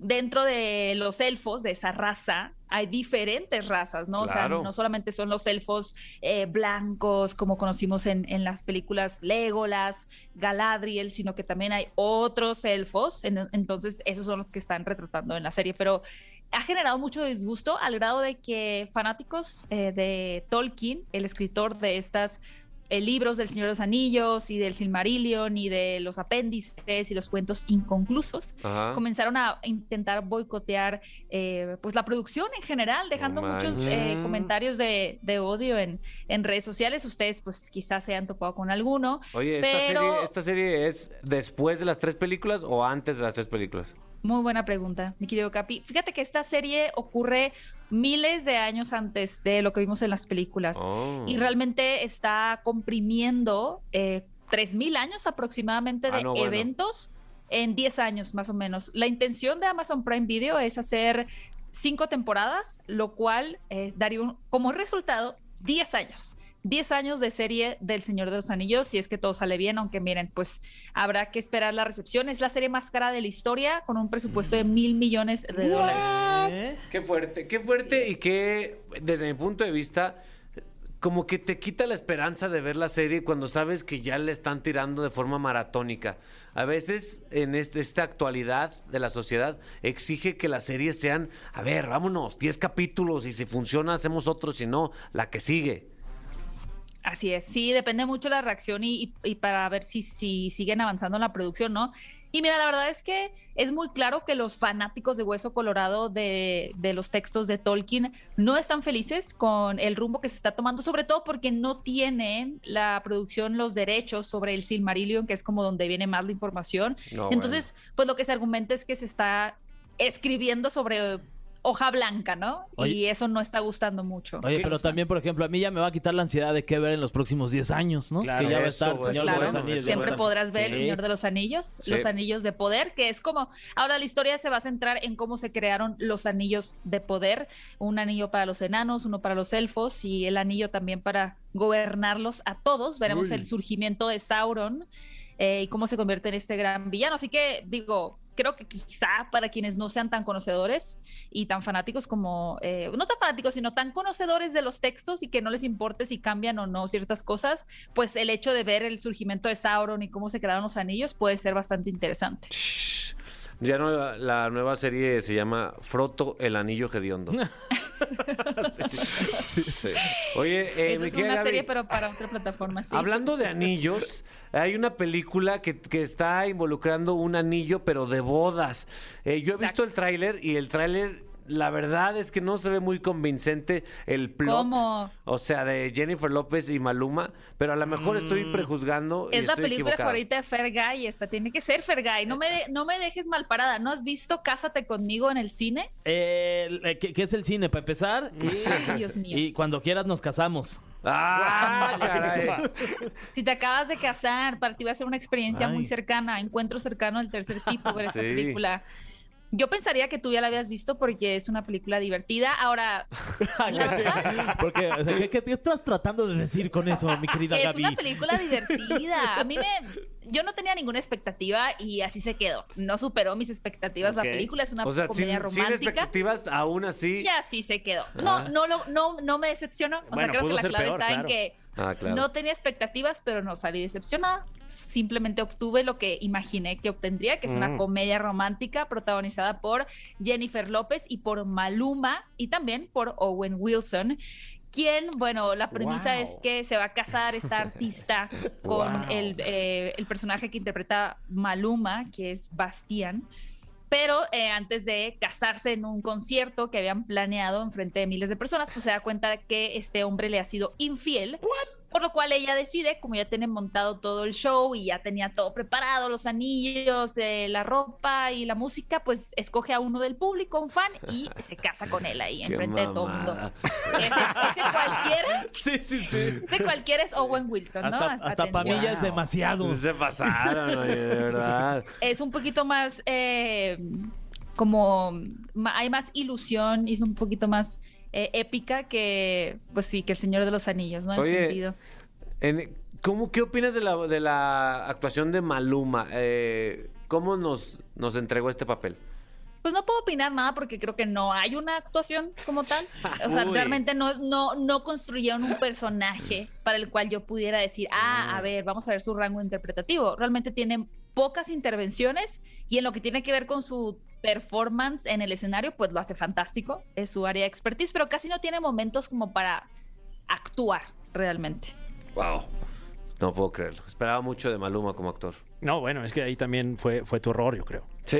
[SPEAKER 9] dentro de los elfos, de esa raza, hay diferentes razas, ¿no? O
[SPEAKER 2] Claro.
[SPEAKER 9] sea, no solamente son los elfos eh, blancos, como conocimos en, en las películas Legolas, Galadriel, sino que también hay otros elfos. en- entonces, esos son los que están retratando en la serie. Pero ha generado mucho disgusto al grado de que fanáticos eh, de Tolkien, el escritor de estas eh, libros del Señor de los Anillos y del Silmarillion y de los apéndices y los cuentos inconclusos,
[SPEAKER 2] Ajá.
[SPEAKER 9] comenzaron a intentar boicotear eh, pues la producción en general, dejando
[SPEAKER 2] No
[SPEAKER 9] muchos
[SPEAKER 2] manches.
[SPEAKER 9] eh, comentarios de, de odio en, en redes sociales. Ustedes pues quizás se han topado con alguno.
[SPEAKER 2] Oye, ¿esta,
[SPEAKER 9] pero-
[SPEAKER 2] serie, ¿esta serie es después de las tres películas o antes de las tres películas?
[SPEAKER 9] Muy buena pregunta, mi querido Capi. Fíjate que esta serie ocurre miles de años antes de lo que vimos en las películas.
[SPEAKER 2] Oh.
[SPEAKER 9] y realmente está comprimiendo eh, 3.000 años aproximadamente de
[SPEAKER 2] Ah, no, bueno.
[SPEAKER 9] eventos en 10 años más o menos. La intención de Amazon Prime Video es hacer cinco temporadas, lo cual eh, daría un- como resultado 10 años. 10 años de serie del Señor de los Anillos, si es que todo sale bien, aunque miren, pues habrá que esperar la recepción. Es la serie más cara de la historia, con un presupuesto de mil millones de dólares.
[SPEAKER 3] ¿Eh?
[SPEAKER 2] Qué fuerte, qué fuerte y que, desde mi punto de vista, como que te quita la esperanza de ver la serie cuando sabes que ya le están tirando de forma maratónica. A veces, en este- esta actualidad de la sociedad, exige que las series sean, a ver, vámonos, 10 capítulos y si funciona, hacemos otro, si no, la que sigue.
[SPEAKER 9] Así es, sí, depende mucho la reacción y, y- y para ver si, si siguen avanzando en la producción, ¿no? Y mira, la verdad es que es muy claro que los fanáticos de Hueso Colorado de, de los textos de Tolkien no están felices con el rumbo que se está tomando, sobre todo porque no tienen la producción, los derechos sobre el Silmarillion, que es como donde viene más la información.
[SPEAKER 2] No,
[SPEAKER 9] Entonces, pues lo que se argumenta es que se está escribiendo sobre hoja blanca, ¿no? y
[SPEAKER 3] Oye.
[SPEAKER 9] eso no está gustando mucho.
[SPEAKER 3] Oye,
[SPEAKER 9] a
[SPEAKER 3] pero
[SPEAKER 9] los
[SPEAKER 3] también, por
[SPEAKER 9] fans.
[SPEAKER 3] ejemplo, a mí ya me va a quitar la ansiedad de qué ver en los próximos 10 años, ¿no?
[SPEAKER 4] Claro,
[SPEAKER 3] que ya va a
[SPEAKER 2] eso,
[SPEAKER 3] estar
[SPEAKER 2] güey.
[SPEAKER 3] Señor
[SPEAKER 9] Pues
[SPEAKER 3] de los
[SPEAKER 9] claro,
[SPEAKER 3] Anillos,
[SPEAKER 9] siempre
[SPEAKER 3] güey.
[SPEAKER 9] podrás ver el
[SPEAKER 3] Sí.
[SPEAKER 9] Señor de los Anillos,
[SPEAKER 2] Sí.
[SPEAKER 9] los Anillos de Poder, que es como, ahora la historia se va a centrar en cómo se crearon los Anillos de Poder, un anillo para los enanos, uno para los elfos y el anillo también para gobernarlos a todos. Veremos el surgimiento de Sauron eh, y cómo se convierte en este gran villano. Así que digo, creo que quizá para quienes no sean tan conocedores y tan fanáticos como, eh, no tan fanáticos, sino tan conocedores de los textos y que no les importe si cambian o no ciertas cosas, pues el hecho de ver el surgimiento de Sauron y cómo se crearon los anillos puede ser bastante interesante.
[SPEAKER 2] Ya no, la nueva serie se llama Froto el Anillo Gediondo. Oye, eh,
[SPEAKER 9] Esa
[SPEAKER 2] mi
[SPEAKER 9] es
[SPEAKER 2] querida
[SPEAKER 9] una
[SPEAKER 2] Gaby,
[SPEAKER 9] serie, pero para otra plataforma. Sí.
[SPEAKER 2] Hablando de anillos, hay una película que, que está involucrando un anillo, pero de bodas. Eh, yo he visto el tráiler y el tráiler, la verdad es que no se ve muy convincente el plot.
[SPEAKER 9] ¿Cómo?
[SPEAKER 2] O sea, de Jennifer López y Maluma, pero a lo mejor estoy prejuzgando. y
[SPEAKER 9] Mm. Es la
[SPEAKER 2] estoy
[SPEAKER 9] película
[SPEAKER 2] equivocado.
[SPEAKER 9] favorita de Fergay, esta tiene que ser Fergay. No me, de- no me dejes mal parada. ¿No has visto Cásate conmigo en el cine?
[SPEAKER 3] Eh, ¿qué, qué es el cine? Para empezar.
[SPEAKER 9] Ay, Dios mío.
[SPEAKER 3] Y cuando quieras nos casamos.
[SPEAKER 2] ¡Ah, caray!
[SPEAKER 9] Si te acabas de casar, para ti va a ser una experiencia
[SPEAKER 3] Ay.
[SPEAKER 9] muy cercana, encuentro cercano del tercer tipo ver esta
[SPEAKER 2] Sí.
[SPEAKER 9] película. Yo pensaría que tú ya la habías visto porque es una película divertida. Ahora, la verdad,
[SPEAKER 3] Porque, o sea, ¿qué, qué- qué estás tratando de decir con eso, mi querida
[SPEAKER 9] es
[SPEAKER 3] Gaby?
[SPEAKER 9] una película divertida. A mí me... Yo no tenía ninguna expectativa y así se quedó. No superó mis expectativas
[SPEAKER 3] Ok.
[SPEAKER 9] la película. Es una
[SPEAKER 2] O sea, sin,
[SPEAKER 9] comedia
[SPEAKER 2] sin
[SPEAKER 9] romántica.
[SPEAKER 2] expectativas, aún así.
[SPEAKER 9] y así se quedó. No, no, lo- no, no me decepcionó. O sea,
[SPEAKER 4] Bueno,
[SPEAKER 9] creo que
[SPEAKER 4] pudo
[SPEAKER 9] la
[SPEAKER 4] ser
[SPEAKER 9] clave
[SPEAKER 4] peor,
[SPEAKER 9] está
[SPEAKER 4] claro.
[SPEAKER 9] en que
[SPEAKER 2] Ah, claro.
[SPEAKER 9] No tenía expectativas, pero no salí decepcionada. Simplemente obtuve lo que imaginé que obtendría, que es
[SPEAKER 4] Mm.
[SPEAKER 9] una comedia romántica protagonizada por Jennifer López y por Maluma y también por Owen Wilson. Quien, bueno, la premisa
[SPEAKER 4] Wow.
[SPEAKER 9] es que se va a casar esta artista con
[SPEAKER 4] Wow.
[SPEAKER 9] el, eh, el personaje que interpreta Maluma, que es Bastián. Pero eh, antes de casarse en un concierto que habían planeado en frente de miles de personas, pues se da cuenta de que este hombre le ha sido infiel. Por lo cual ella decide, como ya tiene montado todo el show y ya tenía todo preparado, los anillos, eh, la ropa y la música, pues escoge a uno del público, un fan, y se casa con él ahí,
[SPEAKER 2] Qué
[SPEAKER 9] enfrente de todo el mundo.
[SPEAKER 2] mamada.
[SPEAKER 9] Ese, ese cualquiera,
[SPEAKER 3] Sí, sí, sí.
[SPEAKER 9] ese cualquiera es Owen Wilson, ¿no?
[SPEAKER 3] Hasta, hasta para mí
[SPEAKER 9] Atención.
[SPEAKER 3] ya es demasiado.
[SPEAKER 2] Se pasaron, oye, de verdad.
[SPEAKER 9] es un poquito más eh, como ma- hay más ilusión y es un poquito más eh, épica que pues sí que el Señor de los Anillos no en
[SPEAKER 2] Oye,
[SPEAKER 9] ese sentido
[SPEAKER 2] En- ¿cómo, ¿Qué opinas de la, de la actuación de Maluma? Eh, ¿Cómo nos, nos entregó este papel?
[SPEAKER 9] pues no puedo opinar nada porque creo que no hay una actuación como tal o sea
[SPEAKER 4] Uy.
[SPEAKER 9] realmente no no no construyeron un personaje para el cual yo pudiera decir ah a ver vamos a ver su rango interpretativo realmente tiene pocas intervenciones y en lo que tiene que ver con su performance en el escenario pues lo hace fantástico es su área de expertise pero casi no tiene momentos como para actuar realmente.
[SPEAKER 2] Wow. No puedo creerlo. Esperaba mucho de Maluma como actor.
[SPEAKER 4] No, bueno, es que ahí también fue, fue tu error, yo creo.
[SPEAKER 2] Sí.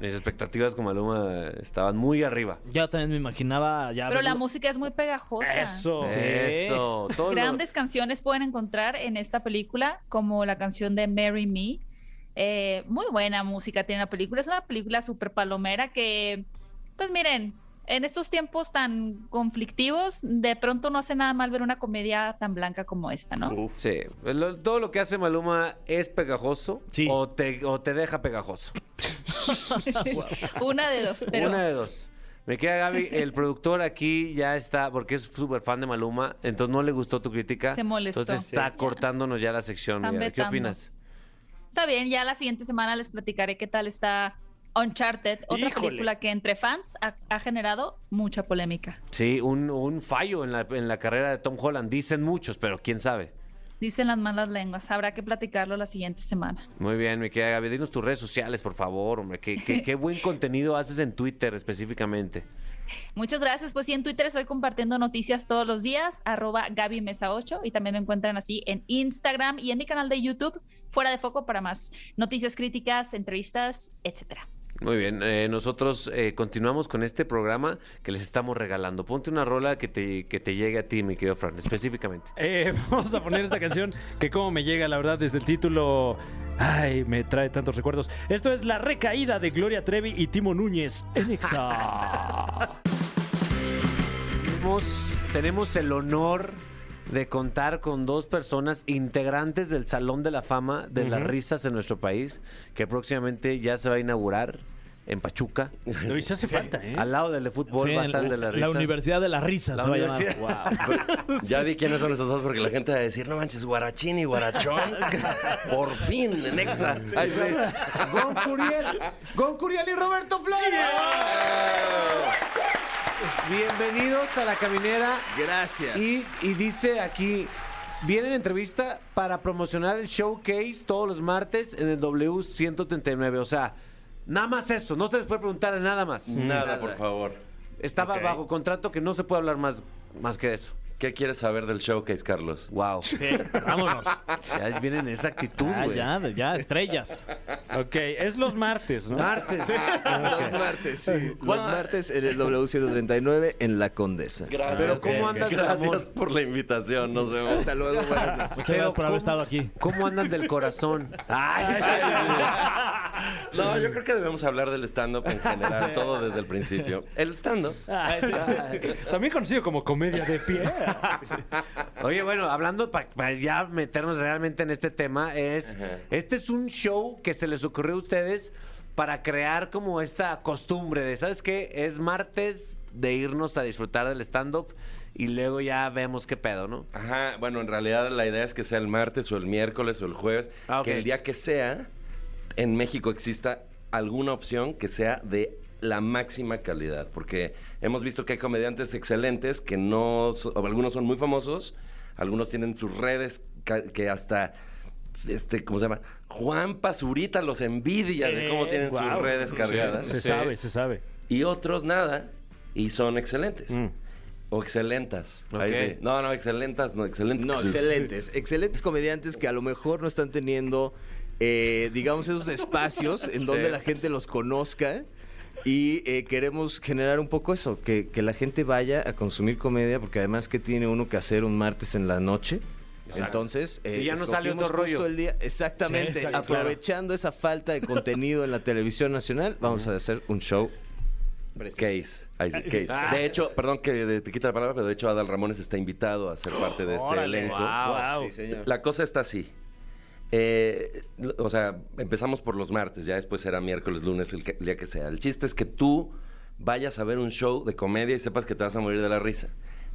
[SPEAKER 2] Mis expectativas con Maluma estaban muy arriba.
[SPEAKER 3] Yo también me imaginaba ya.
[SPEAKER 9] Pero la
[SPEAKER 3] verlo-
[SPEAKER 9] música es muy pegajosa.
[SPEAKER 4] Eso.
[SPEAKER 3] Sí.
[SPEAKER 2] Eso. Todo lo-
[SPEAKER 9] Grandes canciones pueden encontrar en esta película, como la canción de Marry Me. Eh, muy buena música tiene la película. Es una película súper palomera que, pues miren, en estos tiempos tan conflictivos, de pronto no hace nada mal ver una comedia tan blanca como esta, ¿no?
[SPEAKER 2] Sí. Lo- todo lo que hace Maluma es pegajoso
[SPEAKER 3] Sí.
[SPEAKER 2] o, te, o te deja pegajoso.
[SPEAKER 9] Una de dos, pero
[SPEAKER 2] Una de dos. Me queda Gaby, el productor aquí ya está, porque es súper fan de Maluma, entonces no le gustó tu crítica.
[SPEAKER 9] Se molestó.
[SPEAKER 2] Entonces está
[SPEAKER 9] Sí.
[SPEAKER 2] cortándonos ya la sección.
[SPEAKER 9] Están
[SPEAKER 2] mi Gaby. ¿Qué
[SPEAKER 9] vetando.
[SPEAKER 2] opinas?
[SPEAKER 9] está bien. Ya la siguiente semana les platicaré qué tal está Uncharted, otra
[SPEAKER 4] Híjole.
[SPEAKER 9] película que entre fans ha- ha generado mucha polémica.
[SPEAKER 2] Sí, un, un fallo en la, en la carrera de Tom Holland. Dicen muchos, pero quién sabe.
[SPEAKER 9] Dicen las malas lenguas. Habrá que platicarlo la siguiente semana.
[SPEAKER 2] Muy bien, mi querida Gaby. Dinos tus redes sociales, por favor, hombre. ¿Qué, qué- qué buen contenido haces en Twitter específicamente?
[SPEAKER 9] Muchas gracias. Pues sí, en Twitter estoy compartiendo noticias todos los días, arroba Gaby Mesa 8 y también me encuentran así en Instagram y en mi canal de YouTube, Fuera de Foco, para más noticias críticas, entrevistas, etcétera.
[SPEAKER 2] Muy bien, eh, nosotros eh, continuamos con este programa que les estamos regalando. Ponte una rola que te, que te llegue a ti, mi querido Fran, específicamente.
[SPEAKER 4] Eh, vamos a poner esta canción que como me llega, la verdad, desde el título... Ay, me trae tantos recuerdos. Esto es La Recaída de Gloria Trevi y Timo Núñez en Exa.
[SPEAKER 2] Tenemos, tenemos el honor de contar con dos personas integrantes del Salón de la Fama de las Risas en nuestro país, que próximamente ya se va a inaugurar. en Pachuca.
[SPEAKER 4] No, y se hace falta, ¿eh?
[SPEAKER 2] Al lado del de fútbol
[SPEAKER 3] Sí,
[SPEAKER 2] va a estar
[SPEAKER 3] la,
[SPEAKER 2] el de la
[SPEAKER 3] la
[SPEAKER 2] risa.
[SPEAKER 3] Universidad de la Risa.
[SPEAKER 2] La
[SPEAKER 3] se va a llamar.
[SPEAKER 2] universidad.
[SPEAKER 10] Ya di quiénes son esos dos porque la gente va a decir, no manches, guarachín y guarachón. Por fin, en Exa. Ahí sí.
[SPEAKER 2] Gon Curiel, Gon Curiel y Roberto Flores. Bienvenidos a la caminera.
[SPEAKER 10] Gracias.
[SPEAKER 2] Y, y dice aquí, viene en entrevista para promocionar el showcase todos los martes en el W139. O sea, nada más eso, no se les puede preguntar nada más.
[SPEAKER 10] Nada, por favor.
[SPEAKER 2] Estaba
[SPEAKER 3] Mm. Ok.
[SPEAKER 2] bajo contrato que no se puede hablar más, más que eso.
[SPEAKER 10] ¿Qué quieres saber del showcase, Carlos?
[SPEAKER 2] Wow.
[SPEAKER 3] Sí, vámonos.
[SPEAKER 2] Ya vienen en esa actitud,
[SPEAKER 3] Ah,
[SPEAKER 2] güey.
[SPEAKER 3] ya, ya, estrellas.
[SPEAKER 4] Ok, es los martes, ¿no?
[SPEAKER 2] Martes.
[SPEAKER 11] Los martes, sí. Los martes en el W139 en La Condesa.
[SPEAKER 10] Gracias.
[SPEAKER 2] Pero ¿cómo andas del
[SPEAKER 10] Gracias
[SPEAKER 2] amor?
[SPEAKER 10] por la invitación. Nos vemos.
[SPEAKER 11] Hasta luego, buenas noches.
[SPEAKER 3] Muchas
[SPEAKER 2] Pero
[SPEAKER 3] gracias por haber
[SPEAKER 2] ¿cómo-
[SPEAKER 3] estado aquí.
[SPEAKER 2] ¿Cómo andan del corazón? Ay,
[SPEAKER 10] No, yo creo que debemos hablar del stand-up en general, todo desde el principio. El stand-up.
[SPEAKER 4] También conocido como comedia de pie.
[SPEAKER 2] Oye, bueno, hablando para ya meternos realmente en este tema, es este es un show que se les ocurrió a ustedes para crear como esta costumbre de, ¿sabes qué? Es martes de irnos a disfrutar del stand-up y luego ya vemos qué pedo, ¿no?
[SPEAKER 10] Ajá, bueno, en realidad la idea es que sea el martes o el miércoles o el jueves,
[SPEAKER 2] Ah, ok.
[SPEAKER 10] que el día que sea en México exista alguna opción que sea de la máxima calidad, porque hemos visto que hay comediantes excelentes que no, so- algunos son muy famosos, algunos tienen sus redes ca- que hasta este, ¿cómo se llama? Juan Pazurita los envidia de cómo
[SPEAKER 4] Eh,
[SPEAKER 10] tienen sus
[SPEAKER 4] guau.
[SPEAKER 10] redes cargadas
[SPEAKER 4] Se sabe, se sabe.
[SPEAKER 10] y otros nada y son excelentes.
[SPEAKER 4] Mm.
[SPEAKER 10] O excelentas.
[SPEAKER 2] Ok.
[SPEAKER 10] Ahí sí. No, no, excelentas, no, excelentes.
[SPEAKER 11] No, excelentes. Excelentes comediantes que a lo mejor no están teniendo, eh, digamos, esos espacios en donde
[SPEAKER 10] Sí.
[SPEAKER 11] la gente los conozca. Y eh, queremos generar un poco eso, que, que la gente vaya a consumir comedia, porque además que tiene uno que hacer un martes en la noche. Entonces, eh,
[SPEAKER 2] Y ya no sale
[SPEAKER 11] escogimos
[SPEAKER 2] otro rollo.
[SPEAKER 11] justo el día, exactamente,
[SPEAKER 3] Sí, exacto, claro.
[SPEAKER 11] aprovechando esa falta de contenido en la televisión nacional, vamos a hacer un show.
[SPEAKER 10] Case. Ahí sí, case.
[SPEAKER 3] Ah.
[SPEAKER 10] De hecho, perdón que de- te quita la palabra, pero de hecho Adal Ramones está invitado a ser parte de este
[SPEAKER 3] Órale,
[SPEAKER 10] elenco.
[SPEAKER 3] guau.
[SPEAKER 11] Sí, señor.
[SPEAKER 10] La cosa está así. Eh, l- o sea, empezamos por los martes, ya después será miércoles, lunes, el, que- el día que sea. El chiste es que tú vayas a ver un show de comedia y sepas que te vas a morir de la risa.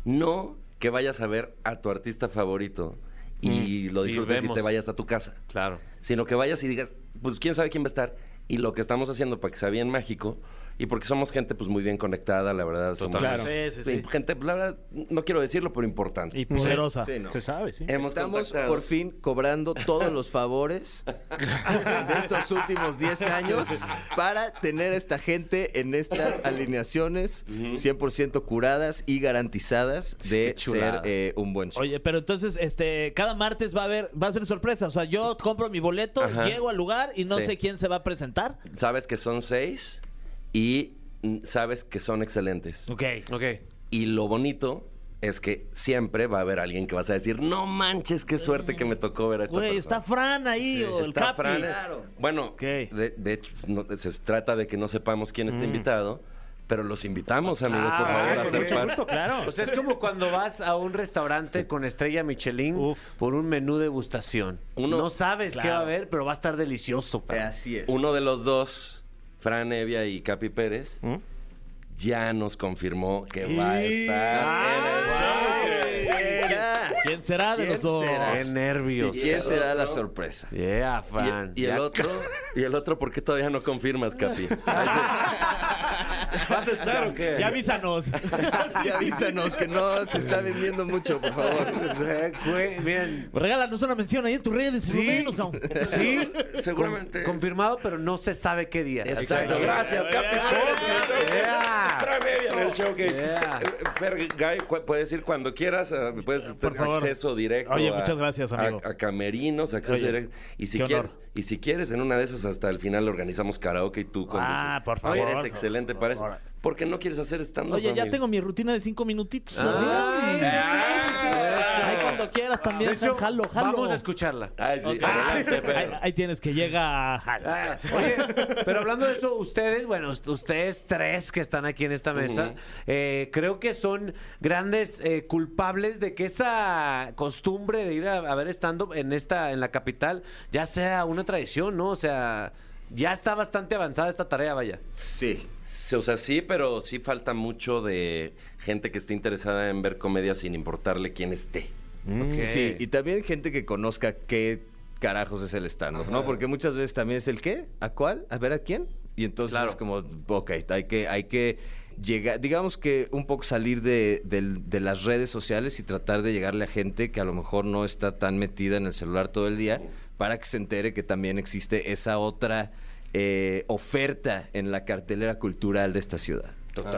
[SPEAKER 10] No que vayas a ver a tu artista favorito y lo
[SPEAKER 3] Mm. y
[SPEAKER 10] disfrutes y,
[SPEAKER 3] vemos.
[SPEAKER 10] te vayas a tu casa.
[SPEAKER 2] Claro.
[SPEAKER 10] Sino que vayas y digas, pues quién sabe quién va a estar. Y lo que estamos haciendo para que sea bien mágico y porque somos gente pues muy bien conectada, la verdad. Somos
[SPEAKER 4] Claro.
[SPEAKER 3] Sí, sí, sí.
[SPEAKER 10] Gente, la verdad, no quiero decirlo, pero importante.
[SPEAKER 3] Y poderosa.
[SPEAKER 11] Sí, no.
[SPEAKER 4] Se sabe, sí.
[SPEAKER 10] Hemos
[SPEAKER 11] Estamos
[SPEAKER 10] contactado-
[SPEAKER 11] por fin cobrando todos los favores de estos últimos 10 años para tener a esta gente en estas alineaciones 100% curadas y garantizadas de
[SPEAKER 10] Qué
[SPEAKER 11] ser
[SPEAKER 10] chulada.
[SPEAKER 11] eh, un buen show.
[SPEAKER 3] Oye, pero entonces, este, cada martes va a haber, va a ser sorpresa. O sea, yo compro mi boleto,
[SPEAKER 10] Ajá.
[SPEAKER 3] llego al lugar y no
[SPEAKER 10] Sí.
[SPEAKER 3] sé quién se va a presentar.
[SPEAKER 10] sabes que son seis y mm, sabes que son excelentes.
[SPEAKER 3] Ok.
[SPEAKER 2] Ok.
[SPEAKER 10] Y lo bonito es que siempre va a haber alguien que vas a decir, no manches, qué suerte que me tocó ver a esta
[SPEAKER 3] Güey, está
[SPEAKER 10] persona.
[SPEAKER 3] Fran ahí, o el Capi.
[SPEAKER 10] Fran. Bueno, de, de hecho, no- se trata de que no sepamos quién está invitado, pero los invitamos, amigos,
[SPEAKER 2] Ah,
[SPEAKER 10] por favor,
[SPEAKER 2] con
[SPEAKER 10] a ser
[SPEAKER 2] mucho
[SPEAKER 10] parte.
[SPEAKER 4] Justo, claro.
[SPEAKER 2] O sea, es como cuando vas a un restaurante con estrella Michelin
[SPEAKER 4] Uf.
[SPEAKER 2] por un menú degustación.
[SPEAKER 10] Uno-
[SPEAKER 2] no sabes qué va a
[SPEAKER 3] Claro.
[SPEAKER 2] haber, pero va a estar delicioso.
[SPEAKER 11] Eh,
[SPEAKER 2] padre.
[SPEAKER 11] Así es.
[SPEAKER 10] Uno de los dos, Fran Evia y Capi Pérez,
[SPEAKER 4] ¿Mm?
[SPEAKER 10] ya nos confirmó que va a estar
[SPEAKER 2] ¡Ah!
[SPEAKER 10] en el show.
[SPEAKER 3] ¿Quién será de
[SPEAKER 11] ¿Quién
[SPEAKER 3] los dos?
[SPEAKER 11] será?
[SPEAKER 2] Qué nervios.
[SPEAKER 11] ¿Y quién será la sorpresa?
[SPEAKER 2] Yeah,
[SPEAKER 10] Y-
[SPEAKER 2] Fran.
[SPEAKER 10] Y, el
[SPEAKER 2] Ya-
[SPEAKER 10] otro, y el otro, ¿por qué todavía no confirmas, Capi? ¿Vas a estar o qué?
[SPEAKER 3] Ya avísanos.
[SPEAKER 11] Y avísanos que no se está vendiendo mucho, por favor.
[SPEAKER 2] Eh, güey, Bien.
[SPEAKER 3] Regálanos una mención ahí en tus redes. por lo menos, cabrón.
[SPEAKER 2] Sí,
[SPEAKER 10] Seguramente.
[SPEAKER 2] con- confirmado, pero no se sabe qué día.
[SPEAKER 10] Exacto. Eh, Gracias, Capi. Pérez, en
[SPEAKER 2] Yeah.
[SPEAKER 10] el showcase. eh, Otra media en el showcase.
[SPEAKER 2] Yeah.
[SPEAKER 10] Eh, Fer, Guy, cu- puedes ir cuando quieras, eh, puedes tener
[SPEAKER 3] favor.
[SPEAKER 10] acceso directo.
[SPEAKER 3] Oye,
[SPEAKER 10] a-
[SPEAKER 3] muchas gracias, amigo.
[SPEAKER 10] A, a camerinos, acceso
[SPEAKER 3] Oye,
[SPEAKER 10] directo. Y si
[SPEAKER 3] qué honor.
[SPEAKER 10] quieres, y si quieres, en una de esas hasta el final organizamos karaoke y tú conduces.
[SPEAKER 3] Ah, por favor.
[SPEAKER 10] Oye, Eres excelente para eso. Porque no quieres hacer stand-up.
[SPEAKER 3] Oye, ya
[SPEAKER 10] amigo?
[SPEAKER 3] tengo mi rutina de cinco minutitos. la
[SPEAKER 2] Ah,
[SPEAKER 3] verdad, sí, sí,
[SPEAKER 2] ah,
[SPEAKER 3] sí, sí, sí.
[SPEAKER 2] eso.
[SPEAKER 3] Ahí cuando quieras también.
[SPEAKER 2] De hecho,
[SPEAKER 3] jalo, jalo.
[SPEAKER 2] Vamos a escucharla.
[SPEAKER 10] Ay, sí. adelante, Fer.
[SPEAKER 3] Ahí, ahí tienes que llega.
[SPEAKER 2] Ah, oye, pero hablando de eso, ustedes, bueno, ust- ustedes tres que están aquí en esta mesa, eh, creo que son grandes eh, culpables de que esa costumbre de ir a, a ver stand-up en esta, en la capital, ya sea una tradición, ¿no? O sea, Ya está bastante avanzada esta tarea, vaya.
[SPEAKER 10] Sí. O sea, sí, pero sí falta mucho de gente que esté interesada en ver comedia sin importarle quién esté.
[SPEAKER 11] Ok. Sí, y también gente que conozca qué carajos es el stand-up, ¿no? Porque muchas veces también es el qué, a cuál, a ver a quién. Y entonces es como, ok, hay que, hay que llegar, digamos que un poco salir de, del- de las redes sociales y tratar de llegarle a gente que a lo mejor no está tan metida en el celular todo el día para que se entere que también existe esa otra eh, oferta en la cartelera cultural de esta ciudad.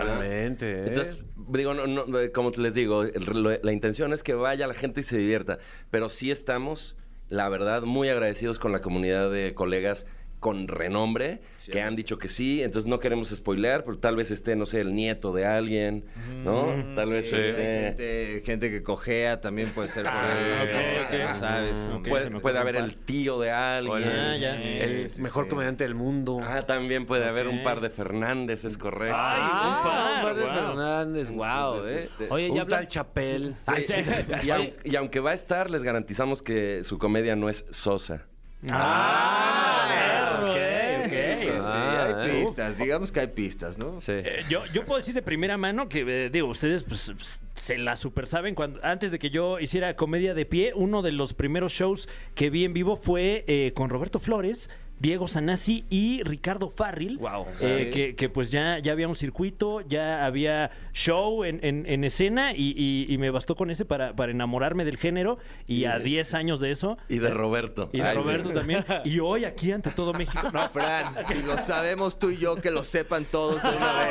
[SPEAKER 2] Totalmente. ¿eh?
[SPEAKER 10] Entonces, digo, no, no, eh, como les digo, el- lo- la intención es que vaya la gente y se divierta, pero sí estamos, la verdad, muy agradecidos con la comunidad de colegas con renombre que han dicho que sí, entonces no queremos spoilear, pero tal vez esté, no sé, el nieto de alguien, ¿no? Tal vez
[SPEAKER 11] Mm, Sí,
[SPEAKER 10] esté- Ah,
[SPEAKER 11] gente, gente que cojea también puede ser. por ahí,
[SPEAKER 10] ok,
[SPEAKER 11] o sea,
[SPEAKER 10] ok.
[SPEAKER 11] no sabes.
[SPEAKER 3] Ah,
[SPEAKER 10] Mm, puede, puede haber el tío de alguien.
[SPEAKER 2] Ah, ya. El mejor comediante del mundo.
[SPEAKER 10] Ah, también puede haber un par de Fernández, es correcto.
[SPEAKER 2] Ay,
[SPEAKER 10] Ah,
[SPEAKER 3] un par,
[SPEAKER 2] Mario
[SPEAKER 3] guau.
[SPEAKER 2] Fernández, wow,
[SPEAKER 10] Entonces,
[SPEAKER 2] ¿eh?
[SPEAKER 10] este-
[SPEAKER 2] Oye,
[SPEAKER 10] Oye,
[SPEAKER 2] un
[SPEAKER 10] ya hablan-
[SPEAKER 2] tal Chapel.
[SPEAKER 10] Sí, sí. Y, aun- y aunque va a estar, les garantizamos que su comedia no es sosa.
[SPEAKER 11] Ah,
[SPEAKER 10] ¿eh?
[SPEAKER 11] ok, ok. Sí, sí,
[SPEAKER 10] Ah,
[SPEAKER 11] hay
[SPEAKER 10] eh.
[SPEAKER 11] pistas, digamos que hay pistas, ¿no?
[SPEAKER 2] Sí.
[SPEAKER 4] Eh, yo, yo puedo decir de primera mano que, eh, digo, ustedes pues, pues, se la super saben. Cuando, antes de que yo hiciera comedia de pie, uno de los primeros shows que vi en vivo fue eh, con Roberto Flores. Diego Sanasi y Ricardo Farril, eh,
[SPEAKER 11] Sí.
[SPEAKER 4] que, que, pues ya, ya había un circuito, ya había show en, en- en escena y, y- y me bastó con ese para, para enamorarme del género y a 10 años de eso.
[SPEAKER 10] Y de Roberto.
[SPEAKER 4] Y de
[SPEAKER 10] Ay,
[SPEAKER 4] Roberto
[SPEAKER 10] sí.
[SPEAKER 4] también. Y hoy aquí ante todo México.
[SPEAKER 11] No, Fran, si lo sabemos tú y yo, que lo sepan todos de una vez.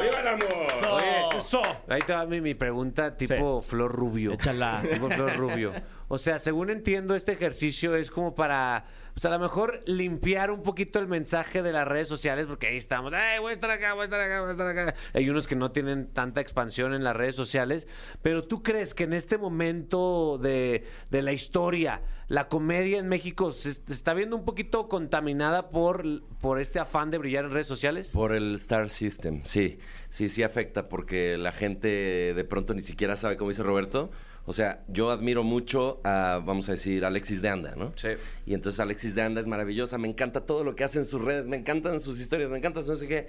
[SPEAKER 10] ¡Viva el amor!
[SPEAKER 2] Oye,
[SPEAKER 4] Eso.
[SPEAKER 2] ahí te va mi, mi pregunta tipo Flor Rubio.
[SPEAKER 3] Échala.
[SPEAKER 2] Tipo Flor Rubio. O sea, según entiendo, este ejercicio es como para, pues a lo mejor limpiar un poquito el mensaje de las redes sociales, porque ahí estamos, ¡ay, voy a estar acá, voy a estar acá, voy a estar acá! Hay unos que no tienen tanta expansión en las redes sociales, pero ¿tú crees que en este momento de, de la historia, la comedia en México se, se está viendo un poquito contaminada por, por este afán de brillar en redes sociales?
[SPEAKER 10] Por el Star System, sí. Sí, sí afecta porque la gente de pronto ni siquiera sabe, como dice Roberto. O sea, yo admiro mucho a, vamos a decir, Alexis de Anda, ¿no?
[SPEAKER 2] Sí.
[SPEAKER 10] Y entonces Alexis de Anda es maravillosa, me encanta todo lo que hace en sus redes, me encantan sus historias, me encanta su no sé qué.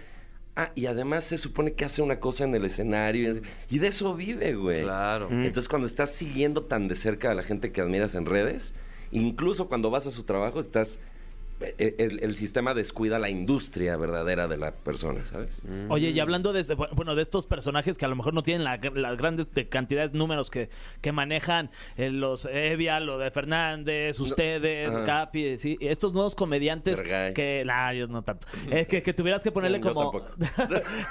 [SPEAKER 10] Ah, y además se supone que hace una cosa en el escenario. y no sé- Y de eso vive, güey.
[SPEAKER 2] Claro.
[SPEAKER 10] Entonces, cuando estás siguiendo tan de cerca a la gente que admiras en redes, incluso cuando vas a su trabajo, estás. e- El, el sistema descuida la industria verdadera de la persona, ¿sabes?
[SPEAKER 3] Oye, y hablando de, ese- bueno, de estos personajes que a lo mejor no tienen la- las grandes te- cantidades, números que, que manejan eh, los Evia, lo de Fernández, ustedes,
[SPEAKER 10] Ajá.
[SPEAKER 3] Capi, sí, y estos nuevos comediantes
[SPEAKER 10] Fergay.
[SPEAKER 3] que, nah, yo no tanto, es que, que tuvieras que ponerle
[SPEAKER 10] Yo
[SPEAKER 3] como,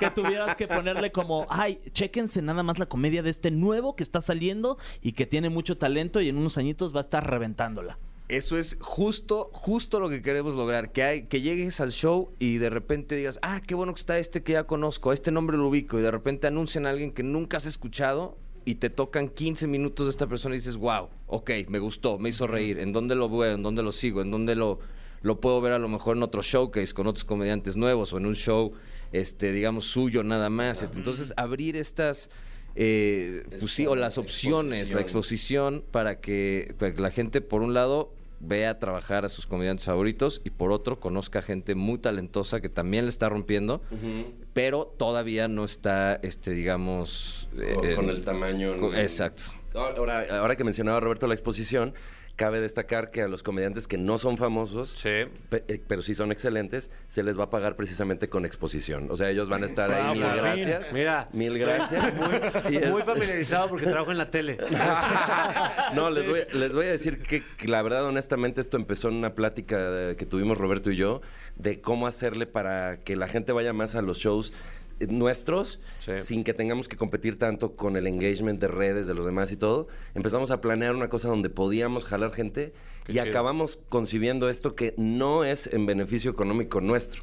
[SPEAKER 3] que tuvieras que ponerle como, ay, chéquense nada más la comedia de este nuevo que está saliendo y que tiene mucho talento y en unos añitos va a estar reventándola.
[SPEAKER 11] Eso es justo, justo lo que queremos lograr, que hay, que llegues al show y de repente digas, ah, qué bueno que está este que ya conozco, a este nombre lo ubico, y de repente anuncian a alguien que nunca has escuchado y te tocan 15 minutos de esta persona y dices, wow, ok, me gustó, me hizo reír, ¿en dónde lo veo? ¿En dónde lo sigo? ¿En dónde lo, lo puedo ver a lo mejor en otro showcase con otros comediantes nuevos o en un show, este, digamos, suyo nada más? Entonces, abrir estas... eh, pues sí, o las opciones, la exposición
[SPEAKER 10] exposición.
[SPEAKER 11] exposición para que, para que la gente, por un lado, vea trabajar a sus comediantes favoritos y por otro, conozca gente muy talentosa que también le está rompiendo, pero todavía no está, este, digamos... eh,
[SPEAKER 10] con
[SPEAKER 11] eh,
[SPEAKER 10] el tamaño.
[SPEAKER 11] co-
[SPEAKER 10] ¿no?
[SPEAKER 11] Exacto.
[SPEAKER 10] Ahora, ahora que mencionaba Roberto la exposición, cabe destacar que a los comediantes que no son famosos, pe- eh, pero sí son excelentes, se les va a pagar precisamente con exposición. O sea, ellos van a estar ahí.
[SPEAKER 2] Ah,
[SPEAKER 10] mil
[SPEAKER 2] por fin.
[SPEAKER 10] gracias.
[SPEAKER 2] Mira.
[SPEAKER 10] Mil gracias.
[SPEAKER 2] Muy,
[SPEAKER 10] Y es-
[SPEAKER 2] muy familiarizado porque trabajo en la tele.
[SPEAKER 10] No, les voy, les voy a decir que, que la verdad, honestamente, esto empezó en una plática de- que tuvimos Roberto y yo de cómo hacerle para que la gente vaya más a los shows eh, nuestros
[SPEAKER 2] Sí.
[SPEAKER 10] sin que tengamos que competir tanto con el engagement de redes de los demás y todo. Empezamos a planear una cosa donde podíamos jalar gente y
[SPEAKER 2] chido.
[SPEAKER 10] acabamos concibiendo esto que no es en beneficio económico nuestro.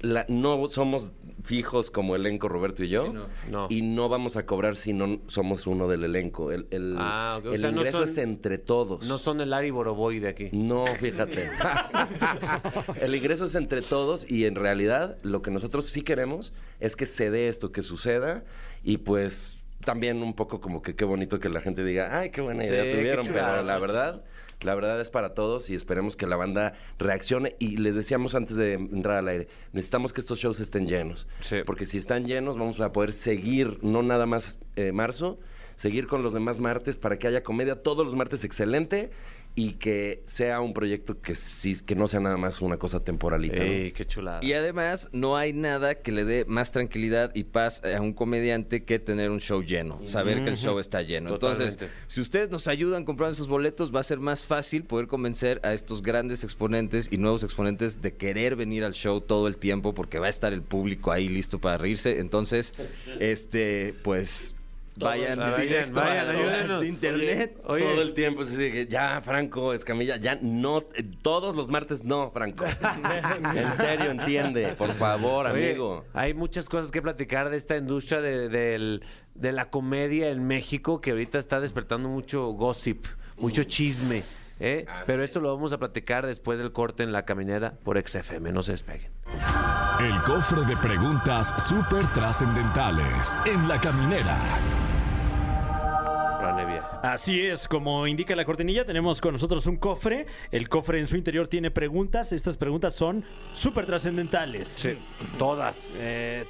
[SPEAKER 10] La- no somos fijos como elenco Roberto y yo
[SPEAKER 2] No.
[SPEAKER 10] y no vamos a cobrar si no somos uno del elenco. El, el- el-
[SPEAKER 2] Ah, ok. O
[SPEAKER 10] el
[SPEAKER 2] sea, no
[SPEAKER 10] ingreso
[SPEAKER 2] son-
[SPEAKER 10] es entre todos.
[SPEAKER 2] No son el Ari Boroboy de aquí.
[SPEAKER 10] No, fíjate. el ingreso es entre todos y en realidad lo que nosotros sí queremos es que se dé esto, que suceda y pues también un poco como que qué bonito que la gente diga, ay, qué buena idea
[SPEAKER 2] Sí, qué
[SPEAKER 10] tuvieron,
[SPEAKER 2] chulada.
[SPEAKER 10] pero la verdad La verdad es para todos y esperemos que la banda reaccione. Y les decíamos antes de entrar al aire, necesitamos que estos shows estén llenos. Porque si están llenos, vamos a poder seguir, no nada más eh, marzo, seguir con los demás martes para que haya comedia todos los martes excelente y que sea un proyecto que sí, que no sea nada más una cosa temporalita. ¿no?
[SPEAKER 12] Ey, qué chulada.
[SPEAKER 11] Y además, no hay nada que le dé más tranquilidad y paz a un comediante que tener un show lleno, saber que el show está lleno. Entonces,
[SPEAKER 12] Totalmente.
[SPEAKER 11] si ustedes nos ayudan comprando sus boletos, va a ser más fácil poder convencer a estos grandes exponentes y nuevos exponentes de querer venir al show todo el tiempo porque va a estar el público ahí listo para reírse. Entonces, este, pues vayan
[SPEAKER 10] Vayan,
[SPEAKER 11] directo a las horas de internet.
[SPEAKER 10] Oye, Todo el tiempo se dice que ya, Franco, Escamilla, ya no, eh, todos los martes no, Franco. en serio, entiende, por favor,
[SPEAKER 2] Oye,
[SPEAKER 10] amigo.
[SPEAKER 2] Hay muchas cosas que platicar de esta industria de, del- de la comedia en México que ahorita está despertando mucho gossip, mucho chisme. ¿eh?
[SPEAKER 11] Ah,
[SPEAKER 2] Pero esto lo vamos a platicar después del corte en la caminera por XFM. No se despeguen.
[SPEAKER 1] El cofre de preguntas súper trascendentales en la caminera.
[SPEAKER 4] Así es, como indica la cortinilla, tenemos con nosotros un cofre. El cofre en su interior tiene preguntas. Estas preguntas son súper trascendentales. Eh,
[SPEAKER 2] todas.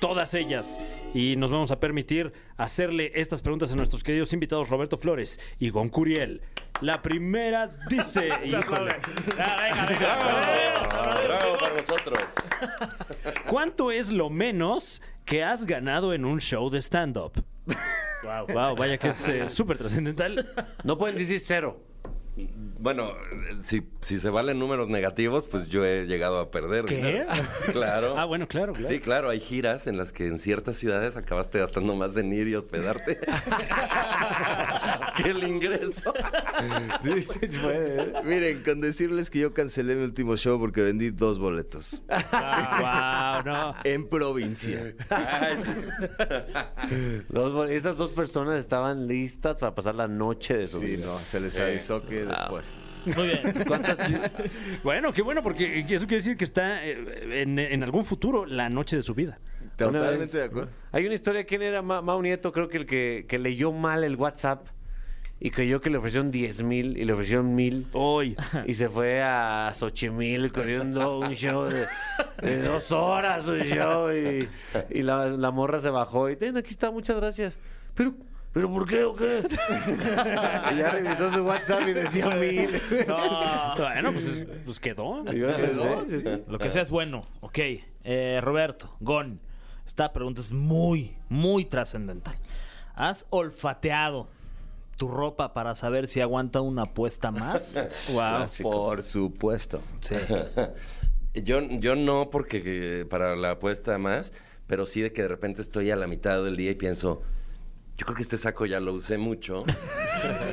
[SPEAKER 4] todas ellas. Y nos vamos a permitir hacerle estas preguntas a nuestros queridos invitados Roberto Flores y Gon Curiel. La primera dice... Híjole.
[SPEAKER 10] Bravo para nosotros.
[SPEAKER 4] ¿Cuánto es lo menos que has ganado en un show de stand-up? Wow, wow, vaya que es eh, súper trascendental.
[SPEAKER 2] No pueden decir cero.
[SPEAKER 10] Bueno, eh, si, si se valen números negativos, pues yo he llegado a perder.
[SPEAKER 4] ¿Qué?
[SPEAKER 10] dinero. Claro.
[SPEAKER 4] Ah, bueno, claro, claro.
[SPEAKER 10] Sí, claro, hay giras en las que en ciertas ciudades acabaste gastando más en ir y hospedarte que el ingreso.
[SPEAKER 2] ¿eh?
[SPEAKER 11] Miren, con decirles que yo cancelé mi último show porque vendí dos boletos.
[SPEAKER 4] Wow, no.
[SPEAKER 11] En provincia.
[SPEAKER 2] Dos bo- esas dos personas estaban listas para pasar la noche de su
[SPEAKER 11] Sí,
[SPEAKER 2] vida.
[SPEAKER 11] no, se les avisó que
[SPEAKER 2] Ah.
[SPEAKER 11] después.
[SPEAKER 3] Muy bien.
[SPEAKER 4] Bueno, qué bueno, porque eso quiere decir que está eh, en, en algún futuro la noche de su vida.
[SPEAKER 11] Totalmente de acuerdo.
[SPEAKER 2] Hay una historia, ¿quién era Ma- Mau Nieto? Creo que el que, que leyó mal el WhatsApp y creyó que le ofrecieron 10 mil y le ofrecieron mil.
[SPEAKER 4] Hoy.
[SPEAKER 2] Y se fue a Xochimilco corriendo un show de, de dos horas, un show. Y, y la, la morra se bajó y, ten, aquí está, muchas gracias. Pero, ¿pero por qué o qué? y ya revisó su WhatsApp y decía mil.
[SPEAKER 3] No.
[SPEAKER 4] Bueno, pues, pues quedó.
[SPEAKER 2] Quedó, sí, sí.
[SPEAKER 3] Lo que sea es bueno. Ok. Eh, Roberto, Gon, esta pregunta es muy, muy trascendental. ¿Has olfateado tu ropa para saber si aguanta una apuesta más? wow.
[SPEAKER 11] Por supuesto.
[SPEAKER 3] Sí.
[SPEAKER 10] Yo, yo no, porque eh, para la apuesta más, pero sí de que de repente estoy a la mitad del día y pienso, yo creo que este saco ya lo usé mucho.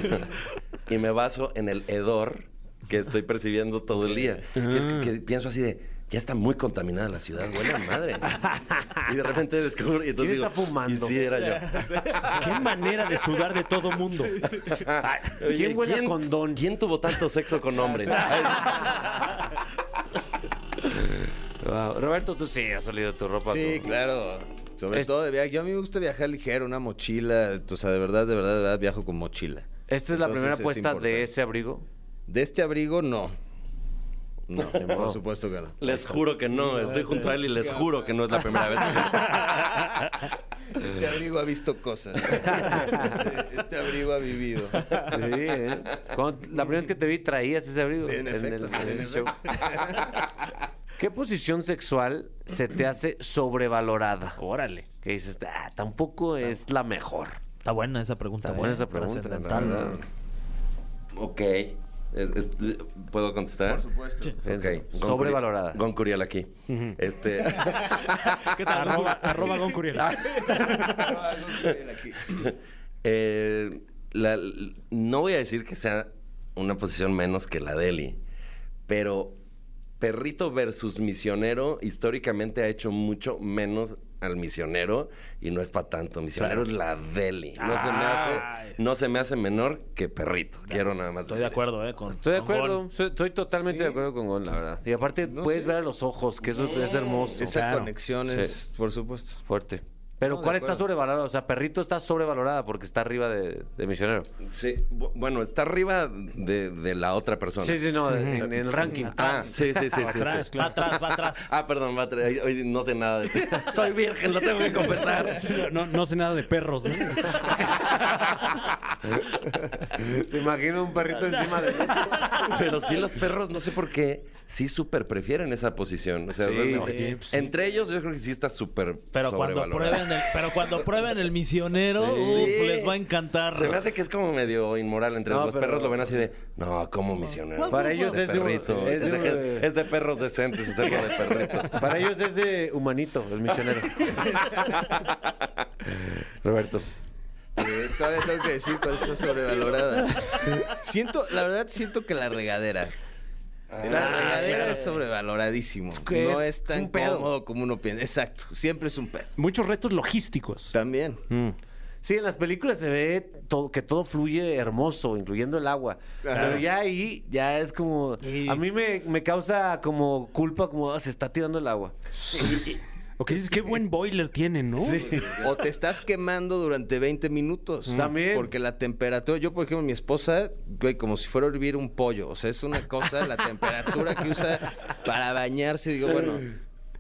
[SPEAKER 10] y me baso en el hedor que estoy percibiendo todo el día. Que es
[SPEAKER 2] Ah.
[SPEAKER 10] que, que pienso así de, ya está muy contaminada la ciudad, huele a madre. y de repente descubro, y entonces
[SPEAKER 2] ¿Quién
[SPEAKER 10] digo,
[SPEAKER 2] está fumando?
[SPEAKER 10] y sí, era yo.
[SPEAKER 4] Qué manera de sudar de todo mundo. Ay,
[SPEAKER 10] Oye,
[SPEAKER 2] ¿Quién huele a condón?
[SPEAKER 10] ¿Quién tuvo tanto sexo con hombres?
[SPEAKER 2] Wow. Roberto, tú sí has olido tu ropa.
[SPEAKER 11] Sí,
[SPEAKER 2] tú.
[SPEAKER 11] claro. Sobre
[SPEAKER 2] Es-
[SPEAKER 11] todo de viaje. Yo a mí me gusta viajar ligero, una mochila. O sea, de verdad, de verdad, de verdad, viajo con mochila.
[SPEAKER 2] Esta es la
[SPEAKER 11] Entonces,
[SPEAKER 2] primera
[SPEAKER 11] es
[SPEAKER 2] apuesta de
[SPEAKER 11] importante.
[SPEAKER 2] ese abrigo.
[SPEAKER 11] De este abrigo, no. No,
[SPEAKER 2] modo.
[SPEAKER 11] por supuesto que no.
[SPEAKER 10] Les juro que no, estoy junto a él y les juro que no es la primera vez que
[SPEAKER 11] Este abrigo ha visto cosas. Este, este abrigo ha vivido.
[SPEAKER 2] Sí, ¿eh? Cuando- La primera vez que te vi traías ese abrigo.
[SPEAKER 11] En efecto.
[SPEAKER 2] el- en el
[SPEAKER 11] en
[SPEAKER 2] show.
[SPEAKER 11] efecto.
[SPEAKER 2] ¿Qué posición sexual se te hace sobrevalorada?
[SPEAKER 4] Órale.
[SPEAKER 2] Que dices, "Ah, tampoco es la mejor.
[SPEAKER 3] Está buena esa pregunta.
[SPEAKER 2] Está buena
[SPEAKER 3] ¿eh?
[SPEAKER 2] esa pregunta, la
[SPEAKER 3] Trascendental.
[SPEAKER 2] verdad.
[SPEAKER 10] Ok. Es- es- ¿Puedo contestar?
[SPEAKER 11] Por supuesto.
[SPEAKER 2] Fíjense,
[SPEAKER 10] Ok. Gon
[SPEAKER 2] Sobrevalorada.
[SPEAKER 10] Curiel- Gon Curiel aquí. Este,
[SPEAKER 4] ¿Qué tal? Arroba, arroba Gon Curiel.
[SPEAKER 2] Ah,
[SPEAKER 10] eh, la- no voy a decir que sea una posición menos que la Deli, pero perrito versus misionero históricamente ha hecho mucho menos al misionero y no es para tanto. Misionero es la Deli. No, se me
[SPEAKER 3] Ay.
[SPEAKER 10] hace, no se me hace menor que perrito. Quiero nada más
[SPEAKER 3] Estoy de
[SPEAKER 10] decir eso.
[SPEAKER 3] acuerdo, ¿eh? Con,
[SPEAKER 2] Estoy de
[SPEAKER 3] con Gon.
[SPEAKER 2] acuerdo, soy- estoy totalmente de acuerdo con Gon, la verdad. Y aparte puedes ver a los ojos, que eso es hermoso.
[SPEAKER 11] Esa
[SPEAKER 4] Claro.
[SPEAKER 11] conexión es, por supuesto.
[SPEAKER 2] Fuerte. Pero
[SPEAKER 10] No, de
[SPEAKER 2] ¿cuál está
[SPEAKER 10] acuerdo.
[SPEAKER 2] sobrevalorada? O sea, Perrito está sobrevalorada porque está arriba de, de Misionero.
[SPEAKER 10] Sí, bu- bueno, está arriba de, de la otra persona.
[SPEAKER 2] Sí, sí, no, en- Eh, en el ranking.
[SPEAKER 10] Ah, sí, sí, sí. sí, sí.
[SPEAKER 2] Atrás,
[SPEAKER 3] claro. Va atrás, va atrás.
[SPEAKER 10] Ah, perdón, va atrás. Ay, Hoy no sé nada de eso. Soy virgen, lo tengo que confesar.
[SPEAKER 4] No, no sé nada de perros. ¿no?
[SPEAKER 2] Te imagino un perrito encima de
[SPEAKER 10] Pero sí, los perros, no sé por qué, sí súper prefieren esa posición. O sea,
[SPEAKER 2] Sí,
[SPEAKER 10] es-
[SPEAKER 2] sí, pues
[SPEAKER 4] sí.
[SPEAKER 10] entre ellos yo creo que sí está súper
[SPEAKER 3] Pero cuando,
[SPEAKER 10] sobrevalorada.
[SPEAKER 3] prueben el, pero cuando prueben el misionero, uf,
[SPEAKER 10] Sí.
[SPEAKER 3] les va a encantar.
[SPEAKER 10] Se me hace que es como medio inmoral. Entre
[SPEAKER 2] No,
[SPEAKER 10] los
[SPEAKER 2] pero-
[SPEAKER 10] perros lo ven así de, no, como misionero.
[SPEAKER 2] Para ellos
[SPEAKER 10] de
[SPEAKER 2] es de-
[SPEAKER 10] perrito.
[SPEAKER 2] es
[SPEAKER 10] Es, de,
[SPEAKER 2] de-
[SPEAKER 10] es de perros decentes hacerlo de perrito.
[SPEAKER 2] Para ellos es de humanito, el misionero. Roberto.
[SPEAKER 11] Eh, todavía tengo que decir cuál está sobrevalorada. Siento, la verdad, siento que la regadera. La regadera es sobrevaloradísimo.
[SPEAKER 2] que
[SPEAKER 11] no
[SPEAKER 2] es
[SPEAKER 11] es tan
[SPEAKER 2] un pedo.
[SPEAKER 11] cómodo como uno piensa. Exacto. Siempre es un pedo.
[SPEAKER 4] Muchos retos logísticos.
[SPEAKER 11] También.
[SPEAKER 2] Sí, en las películas se ve to- que todo fluye hermoso, incluyendo el agua. Pero ya ahí, ya es como... A mí me, me causa como culpa, como "Ah, se está tirando el agua.
[SPEAKER 4] O que dices, qué buen boiler tienen, ¿no?
[SPEAKER 11] O te estás quemando durante 20 minutos.
[SPEAKER 2] También.
[SPEAKER 11] Porque la temperatura, yo por ejemplo, mi esposa, güey, como si fuera a hervir un pollo. O sea, es una cosa, la temperatura que usa para bañarse. Digo, bueno,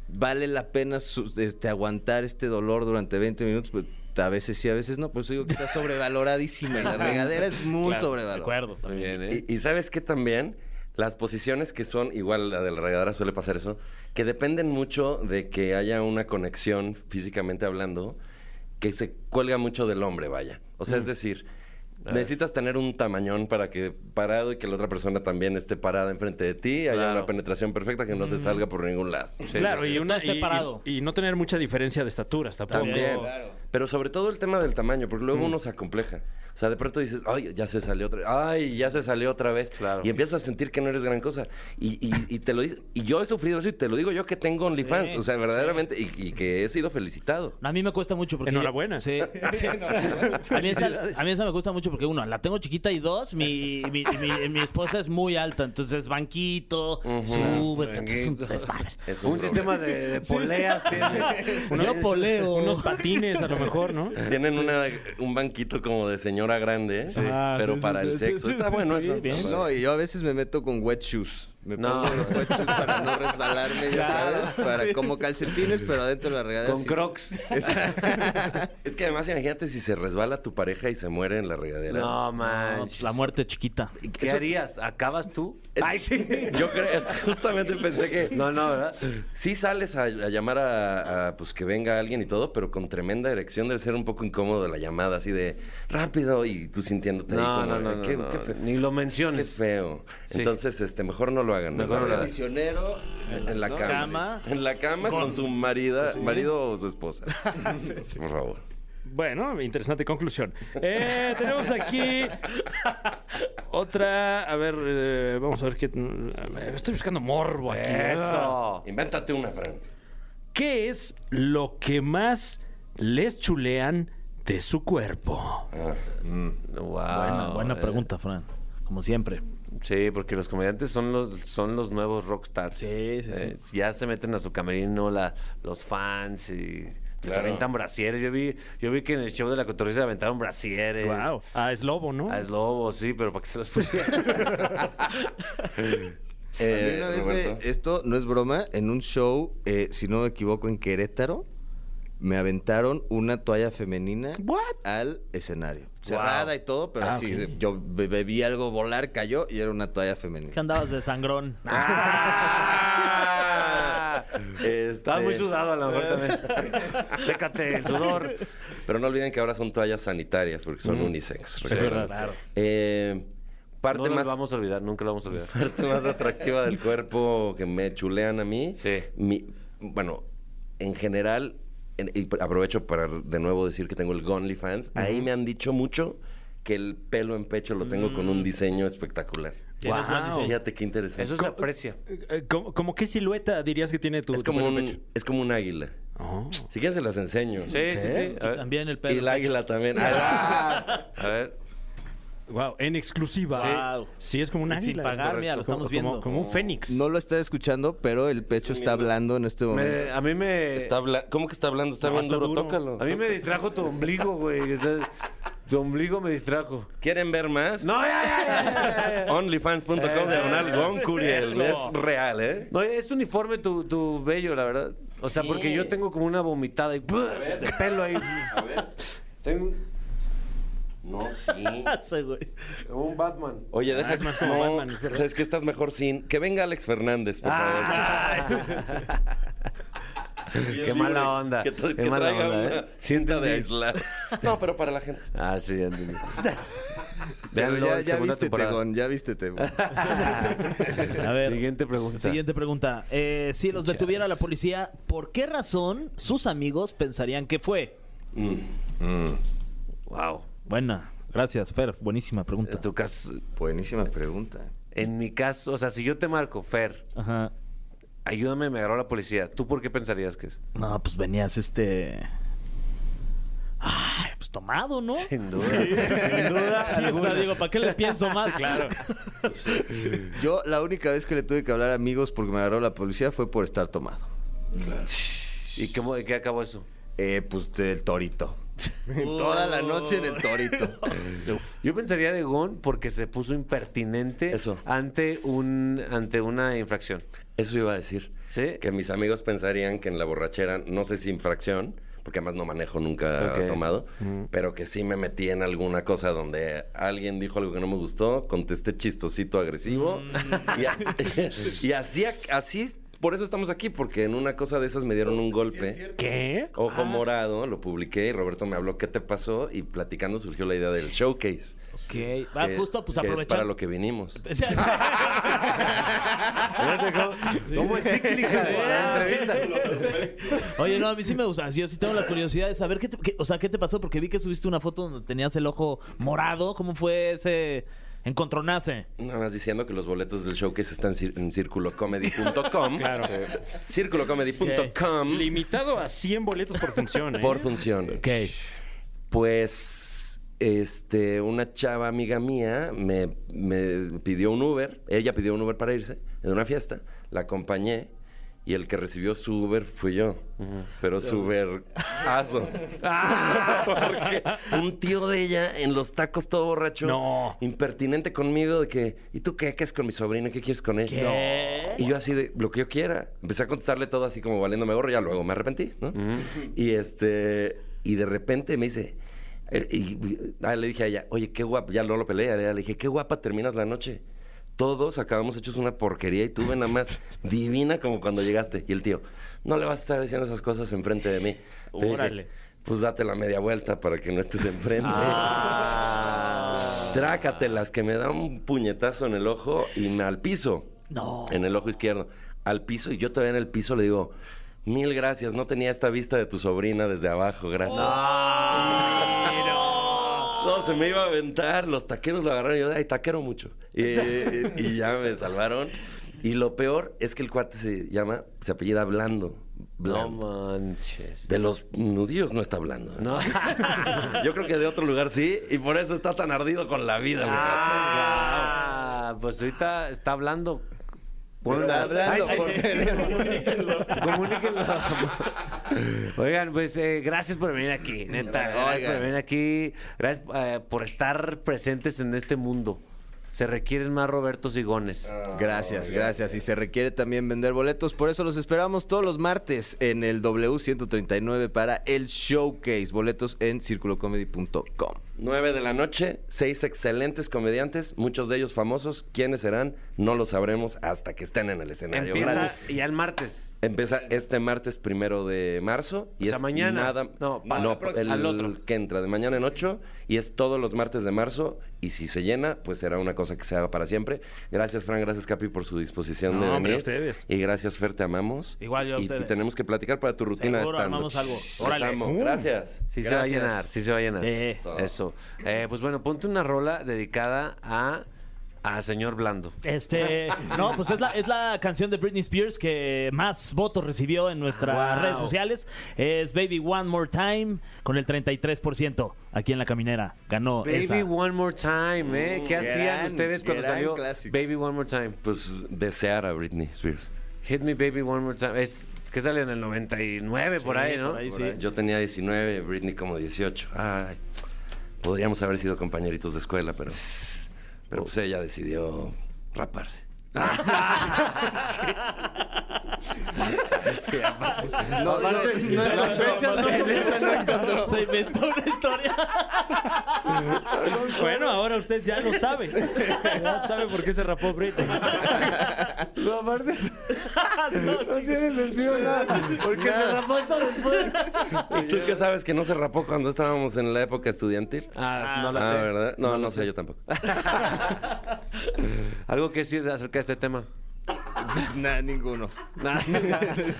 [SPEAKER 11] vale la pena su- este, aguantar este dolor durante 20 minutos. Pues, a veces sí, a veces no. Por eso digo que está sobrevaloradísima. La regadera es muy
[SPEAKER 3] De
[SPEAKER 11] sobrevalorada.
[SPEAKER 3] acuerdo. también.
[SPEAKER 10] Y, y ¿sabes qué también? Las posiciones que son, igual la de la regadera suele pasar eso, que dependen mucho de que haya una conexión físicamente hablando, que se cuelga mucho del hombre, vaya. O sea, es decir, necesitas tener un tamañón para que parado y que la otra persona también esté parada enfrente de ti, haya
[SPEAKER 2] Claro.
[SPEAKER 10] una penetración perfecta que no se salga por ningún lado.
[SPEAKER 4] claro, y, una,
[SPEAKER 3] Todo esté
[SPEAKER 4] y-
[SPEAKER 3] parado.
[SPEAKER 4] Y, y no tener mucha diferencia de estaturas tampoco.
[SPEAKER 10] También. Pero sobre todo el tema del tamaño, porque
[SPEAKER 11] Mm.
[SPEAKER 10] luego uno se acompleja. O sea, de pronto dices, ay, ya se salió otra vez, ay, ya se salió otra vez.
[SPEAKER 2] Claro.
[SPEAKER 10] Y empiezas a sentir que no eres gran cosa. Y, y- y te lo dice, y yo he sufrido eso y te lo digo yo que tengo OnlyFans. o sea, verdaderamente, y, y que he sido felicitado.
[SPEAKER 3] A mí me cuesta mucho porque...
[SPEAKER 4] Enhorabuena.
[SPEAKER 3] Sí. Sí. A, mí esa, a mí esa me gusta mucho porque, uno, la tengo chiquita y dos, mi, mi, mi- mi esposa es muy alta. Entonces, banquito, sube, entonces es un desmadre.
[SPEAKER 10] Es
[SPEAKER 2] Un
[SPEAKER 10] rollo.
[SPEAKER 2] sistema de, de poleas tiene.
[SPEAKER 3] Yo poleo.
[SPEAKER 4] Unos patines, a lo mejor, ¿no?
[SPEAKER 10] Tienen una- un banquito como de señora grande, ¿eh?
[SPEAKER 4] Ah,
[SPEAKER 10] pero
[SPEAKER 4] sí, sí,
[SPEAKER 10] para el
[SPEAKER 4] sí,
[SPEAKER 10] sexo.
[SPEAKER 4] sí,
[SPEAKER 10] Está
[SPEAKER 4] sí,
[SPEAKER 10] bueno
[SPEAKER 4] sí,
[SPEAKER 10] eso.
[SPEAKER 4] bien.
[SPEAKER 10] Está
[SPEAKER 11] No, y yo a veces me meto con wet shoes. Me
[SPEAKER 2] No.
[SPEAKER 11] pongo los wet shoes para no resbalarme, ya sabes, para como calcetines, pero adentro de la regadera.
[SPEAKER 2] Con
[SPEAKER 11] sí.
[SPEAKER 2] crocs.
[SPEAKER 10] Es que además imagínate si se resbala tu pareja y se muere en la regadera.
[SPEAKER 2] No,
[SPEAKER 3] No,
[SPEAKER 2] man.
[SPEAKER 3] pues, la muerte chiquita.
[SPEAKER 2] ¿Qué harías? ¿Acabas tú? Ay, sí.
[SPEAKER 10] Eh, Yo creo, justamente pensé que...
[SPEAKER 2] No, no, ¿verdad?
[SPEAKER 10] Sí sales a, a llamar a, a, pues que venga alguien y todo, pero con tremenda erección debe ser un poco incómodo la llamada, así de rápido y tú sintiéndote ahí
[SPEAKER 2] No,
[SPEAKER 10] como,
[SPEAKER 2] no, no, no,
[SPEAKER 10] qué,
[SPEAKER 2] no,
[SPEAKER 10] qué fe-
[SPEAKER 2] Ni lo
[SPEAKER 10] qué
[SPEAKER 2] menciones.
[SPEAKER 10] feo.
[SPEAKER 2] Sí.
[SPEAKER 10] Entonces, este, mejor no lo hagan.
[SPEAKER 2] Mejor no lo hagan.
[SPEAKER 11] Misionero.
[SPEAKER 10] En la
[SPEAKER 11] ¿no?
[SPEAKER 10] cama.
[SPEAKER 3] Cama.
[SPEAKER 10] En la cama con, su marida, marido o su esposa. Por favor.
[SPEAKER 4] Bueno, interesante conclusión. Eh, tenemos aquí otra. A ver, eh, vamos a ver qué. Estoy buscando morbo aquí.
[SPEAKER 2] Eso.
[SPEAKER 10] Invéntate una, Fran.
[SPEAKER 4] ¿Qué es lo que más les chulean de su cuerpo?
[SPEAKER 2] Wow.
[SPEAKER 3] Buena, buena
[SPEAKER 2] eh.
[SPEAKER 3] pregunta, Fran. Como siempre.
[SPEAKER 2] Sí, porque los comediantes son los, son los nuevos rockstars. Eh,
[SPEAKER 3] Sí, sí, sí.
[SPEAKER 2] ya se meten a su camerino la, los fans y les
[SPEAKER 10] Claro.
[SPEAKER 2] aventan brasieres. Yo vi, yo vi que en el show de la cotorriza le aventaron brasieres.
[SPEAKER 4] Wow. Ah, es lobo, ¿no?
[SPEAKER 2] A Slobo, sí, pero para que se los pusiera.
[SPEAKER 11] A mí
[SPEAKER 10] Eh,
[SPEAKER 11] una vez me-
[SPEAKER 10] Roberto.
[SPEAKER 11] esto no es broma, en un show, eh, si no me equivoco, en Querétaro, me aventaron una toalla femenina al escenario. Cerrada y todo,
[SPEAKER 2] Ah,
[SPEAKER 11] pero así, de- yo be- bebí algo volar, cayó y era una toalla femenina.
[SPEAKER 3] Que andabas de sangrón.
[SPEAKER 2] Ah. Estaba
[SPEAKER 10] Este,
[SPEAKER 2] muy sudado a lo mejor también. Sécate el sudor.
[SPEAKER 10] Pero no olviden que ahora son toallas sanitarias porque son unisex. recordemos. Eh, parte
[SPEAKER 2] no lo
[SPEAKER 10] más
[SPEAKER 2] vamos a olvidar, nunca lo vamos a olvidar.
[SPEAKER 10] parte más atractiva del cuerpo que me chulean a mí.
[SPEAKER 2] Sí.
[SPEAKER 10] Mi- bueno, en general, en- y pr- aprovecho para de nuevo decir que tengo el Gonly Fans. Ahí me han dicho mucho que el pelo en pecho lo tengo con
[SPEAKER 2] Mm.
[SPEAKER 10] un diseño espectacular.
[SPEAKER 3] Tienes buen diseño.
[SPEAKER 10] Fíjate qué interesante.
[SPEAKER 2] Eso se aprecia.
[SPEAKER 4] Eh, ¿Cómo, cómo qué silueta dirías que tiene tu,
[SPEAKER 10] es,
[SPEAKER 4] tu
[SPEAKER 10] como
[SPEAKER 4] pelo pecho?
[SPEAKER 10] un, es como un águila. Si quieren se las enseño.
[SPEAKER 2] Oh. Sí, sí, sí. A
[SPEAKER 3] Y
[SPEAKER 2] ver.
[SPEAKER 3] también el pelo.
[SPEAKER 2] Ah.
[SPEAKER 10] Y el águila también.
[SPEAKER 2] A ver.
[SPEAKER 4] Wow, en exclusiva.
[SPEAKER 3] Wow.
[SPEAKER 4] Sí, es como un
[SPEAKER 3] Y
[SPEAKER 4] águila.
[SPEAKER 3] sin
[SPEAKER 4] es
[SPEAKER 3] pagar,
[SPEAKER 4] correcto,
[SPEAKER 3] mira, lo
[SPEAKER 4] como-
[SPEAKER 3] estamos
[SPEAKER 4] como-
[SPEAKER 3] viendo.
[SPEAKER 4] Como un fénix.
[SPEAKER 11] No lo está escuchando, pero el pecho está hablando en este momento.
[SPEAKER 2] Me- a mí me.
[SPEAKER 10] Está habla- ¿Cómo que está hablando? Está
[SPEAKER 2] No,
[SPEAKER 10] bien
[SPEAKER 2] está
[SPEAKER 10] duro,
[SPEAKER 2] duro.
[SPEAKER 10] tócalo.
[SPEAKER 2] A mí me
[SPEAKER 10] tócalo.
[SPEAKER 2] distrajo tu ombligo, güey. Está- Tu ombligo me distrajo.
[SPEAKER 10] ¿Quieren ver más?
[SPEAKER 2] No, ya, ya, ya, ya, ya.
[SPEAKER 10] OnlyFans.com diagonal Gon Curiel.
[SPEAKER 2] Eso.
[SPEAKER 10] Es real, ¿eh?
[SPEAKER 2] No, es uniforme tu, tu vello, la verdad. O sea,
[SPEAKER 10] Sí.
[SPEAKER 2] porque yo tengo como una vomitada y de pelo ahí.
[SPEAKER 10] A ver.
[SPEAKER 2] Tengo
[SPEAKER 10] No, sí.
[SPEAKER 3] Sí, güey.
[SPEAKER 2] como un Batman.
[SPEAKER 10] Oye, deja
[SPEAKER 4] es más como
[SPEAKER 10] no,
[SPEAKER 4] Batman, es verdad.
[SPEAKER 10] ¿Sabes que estás mejor sin? Que venga Alex Fernández, por favor.
[SPEAKER 2] Ah,
[SPEAKER 10] Ah,
[SPEAKER 2] Qué mala onda.
[SPEAKER 10] Que, tra-
[SPEAKER 2] qué
[SPEAKER 10] que
[SPEAKER 2] mala
[SPEAKER 10] traiga
[SPEAKER 2] onda,
[SPEAKER 10] una
[SPEAKER 2] ¿eh? Sí
[SPEAKER 10] cinta
[SPEAKER 2] entendí.
[SPEAKER 10] de aislar. No, pero para la gente.
[SPEAKER 2] Ah, sí, ya entendí.
[SPEAKER 11] Pero
[SPEAKER 2] Véanlo
[SPEAKER 11] ya,
[SPEAKER 2] en
[SPEAKER 11] ya
[SPEAKER 2] segunda
[SPEAKER 11] vístete,
[SPEAKER 2] temporada.
[SPEAKER 11] Gon, ya vístete. güey.
[SPEAKER 3] A ver.
[SPEAKER 2] Siguiente pregunta.
[SPEAKER 3] Siguiente pregunta. Eh, si los detuviera la policía, ¿por qué razón sus amigos pensarían que fue?
[SPEAKER 10] Mm.
[SPEAKER 2] Wow.
[SPEAKER 3] Buena. Gracias, Fer. Buenísima pregunta.
[SPEAKER 2] En tu caso,
[SPEAKER 11] Buenísima pregunta.
[SPEAKER 2] en mi caso, o sea, si yo te marco, Fer,
[SPEAKER 3] Ajá.
[SPEAKER 2] ayúdame, me agarró la policía. ¿Tú por qué pensarías que es?
[SPEAKER 3] No, pues venías este. Ay, pues tomado, ¿no?
[SPEAKER 2] Sin duda.
[SPEAKER 3] Sin duda. Sí, o sea, digo, ¿para qué le pienso más? Claro.
[SPEAKER 11] Yo la única vez que le tuve que hablar a amigos porque me agarró la policía fue por estar tomado.
[SPEAKER 2] ¿Y cómo, de qué acabó eso?
[SPEAKER 11] Eh, pues del torito. Toda la noche en
[SPEAKER 2] Oh.
[SPEAKER 11] el torito.
[SPEAKER 2] Yo pensaría de Gon porque se puso impertinente
[SPEAKER 10] Eso.
[SPEAKER 2] ante un ante una infracción.
[SPEAKER 10] Eso iba a decir.
[SPEAKER 2] ¿Sí?
[SPEAKER 10] Que mis amigos pensarían que en la borrachera, no sé si infracción, porque además no manejo nunca
[SPEAKER 2] Ok.
[SPEAKER 10] tomado, pero que sí me metí en alguna cosa donde alguien dijo algo que no me gustó, contesté chistosito agresivo.
[SPEAKER 3] Mm.
[SPEAKER 10] Y, a- y así, ac- así, por eso estamos aquí, porque en una cosa de esas me dieron un golpe.
[SPEAKER 4] ¿Qué?
[SPEAKER 3] Ah.
[SPEAKER 10] Ojo morado, lo publiqué y Roberto me habló qué te pasó y platicando surgió la idea del showcase.
[SPEAKER 3] Ok. Va,
[SPEAKER 10] que-
[SPEAKER 3] justo, pues
[SPEAKER 10] que es para
[SPEAKER 3] aprovechar.
[SPEAKER 10] lo que vinimos.
[SPEAKER 3] O sea-
[SPEAKER 2] ¿Cómo es cíclica esa
[SPEAKER 3] Oye, no, a mí sí me gusta. Sí, Yo sí tengo la curiosidad de saber qué te, qué- o sea, qué te pasó, porque vi que subiste una foto donde tenías el ojo morado. ¿Cómo fue ese encontronace?
[SPEAKER 10] Nada más diciendo que los boletos del showcase están cir- en circulocomedy.com. claro. Circulocomedy.com
[SPEAKER 4] Limitado a 100 boletos por función. ¿eh?
[SPEAKER 10] por función. Pues este, una chava amiga mía me, me pidió un Uber, ella pidió un Uber para irse en una fiesta, la acompañé y el que recibió su Uber fui yo, pero su Uber aso. Porque un tío de ella en los tacos todo borracho,
[SPEAKER 4] No.
[SPEAKER 10] impertinente conmigo de que, ¿y tú qué? ¿Qué es con mi sobrina? ¿Qué quieres con él?
[SPEAKER 3] ¿Qué?
[SPEAKER 10] Y yo así de lo que yo quiera. Empecé a contestarle todo así como valiéndome gorro, ya luego me arrepentí, ¿no? Y este, y de repente me dice, eh, y, y- ah, le dije a ella, oye, qué guapa, ya no lo peleé, le dije, qué guapa terminas la noche. Todos acabamos hechos una porquería y tú ven nada más divina como cuando llegaste. Y el tío, no le vas a estar diciendo esas cosas enfrente de mí. Le dije,
[SPEAKER 4] Órale.
[SPEAKER 10] pues date la media vuelta para que no estés enfrente. Trácatelas, que me da un puñetazo en el ojo y me al piso.
[SPEAKER 3] No.
[SPEAKER 10] En el ojo izquierdo. Al piso, y yo todavía en el piso le digo, mil gracias, no tenía esta vista de tu sobrina desde abajo, gracias. No, se me iba a aventar, los taqueros lo agarraron y yo, ay, taquero mucho. Y, y ya me salvaron. Y lo peor es que el cuate se llama, se apellida Blando.
[SPEAKER 2] No
[SPEAKER 10] Blando.
[SPEAKER 2] manches.
[SPEAKER 10] De los nudillos no está hablando. ¿eh?
[SPEAKER 2] No.
[SPEAKER 10] Yo creo que de otro lugar sí, y por eso está tan ardido con la vida.
[SPEAKER 2] Ah, pues ahorita está hablando. Bueno,
[SPEAKER 11] Está hablando
[SPEAKER 2] ay,
[SPEAKER 11] por
[SPEAKER 2] ay,
[SPEAKER 11] teléfono.
[SPEAKER 2] Comuníquenlo. Oigan, pues eh, gracias por venir aquí, neta. Gracias
[SPEAKER 11] Oigan.
[SPEAKER 2] por venir aquí. Gracias eh, por estar presentes en este mundo. Se requieren más Robertos y Gones.
[SPEAKER 11] Ah, Gracias, gracias. Y se requiere también vender boletos. Por eso los esperamos todos los martes en el W139 para el showcase. Boletos en circulocomedy.com.
[SPEAKER 10] 9 de la noche, seis excelentes comediantes, muchos de ellos famosos. ¿Quiénes serán? No lo sabremos hasta que estén en el escenario.
[SPEAKER 2] Empieza
[SPEAKER 10] Gracias.
[SPEAKER 2] ya el martes.
[SPEAKER 10] Empieza este martes primero de marzo. Y
[SPEAKER 2] O sea,
[SPEAKER 10] es
[SPEAKER 2] mañana.
[SPEAKER 10] Nada,
[SPEAKER 2] No, pasa
[SPEAKER 10] el,
[SPEAKER 2] al otro.
[SPEAKER 10] que entra de mañana en 8 y es todos los martes de marzo. Y si se llena, pues será una cosa que se haga para siempre. Gracias, Fran. Gracias, Capi, por su disposición de
[SPEAKER 4] No,
[SPEAKER 10] venir.
[SPEAKER 4] hombre, a ustedes.
[SPEAKER 10] Y gracias, Fer, te amamos.
[SPEAKER 3] Igual yo a
[SPEAKER 10] y, y
[SPEAKER 3] ustedes.
[SPEAKER 10] tenemos que platicar para tu rutina
[SPEAKER 3] Seguro
[SPEAKER 10] de stand
[SPEAKER 3] armamos algo. Órale.
[SPEAKER 10] Gracias.
[SPEAKER 2] Sí se
[SPEAKER 11] Gracias.
[SPEAKER 2] va a llenar, sí se va a llenar.
[SPEAKER 3] Sí.
[SPEAKER 2] Eso. Eh, pues bueno, ponte una rola dedicada a Ah, señor Blando.
[SPEAKER 3] Este, no, pues es la, es la canción de Britney Spears que más votos recibió en nuestras
[SPEAKER 2] Ah, Wow.
[SPEAKER 3] redes sociales. Es Baby One More Time con el 33% aquí en la caminera. Ganó
[SPEAKER 2] Baby
[SPEAKER 3] esa.
[SPEAKER 2] One More Time, ¿eh? ¿Qué
[SPEAKER 11] Mm,
[SPEAKER 2] hacían
[SPEAKER 11] gran,
[SPEAKER 2] ustedes cuando
[SPEAKER 11] gran
[SPEAKER 2] salió
[SPEAKER 11] clásico.
[SPEAKER 2] Baby One More Time?
[SPEAKER 10] Pues desear a Britney Spears.
[SPEAKER 2] Hit Me Baby One More Time. Es, es que sale en el 99 por
[SPEAKER 3] Sí,
[SPEAKER 2] ahí, ¿no?
[SPEAKER 3] por ahí,
[SPEAKER 10] Por
[SPEAKER 3] sí.
[SPEAKER 10] ahí. Yo tenía 19, Britney como 18. Ay, podríamos haber sido compañeritos de escuela, pero, pero pues ella decidió raparse.
[SPEAKER 11] No, no, no,
[SPEAKER 2] Aparte,
[SPEAKER 11] no
[SPEAKER 2] las
[SPEAKER 11] encontró.
[SPEAKER 2] fechas no son-
[SPEAKER 11] En esa no encontró.
[SPEAKER 3] Se inventó una historia.
[SPEAKER 4] Bueno, ahora usted ya lo sabe. Ya sabe por qué se rapó Britney.
[SPEAKER 2] No, aparte, no tiene sentido nada. Porque se rapó esto después.
[SPEAKER 10] ¿Y tú qué sabes que no se rapó cuando estábamos en la época estudiantil?
[SPEAKER 2] Ah, no lo
[SPEAKER 10] Ah,
[SPEAKER 2] sé.
[SPEAKER 10] ¿verdad? No, no, sé, yo tampoco.
[SPEAKER 2] ¿Algo que decir acerca de este tema?
[SPEAKER 11] Nah, ninguno.
[SPEAKER 2] Nada.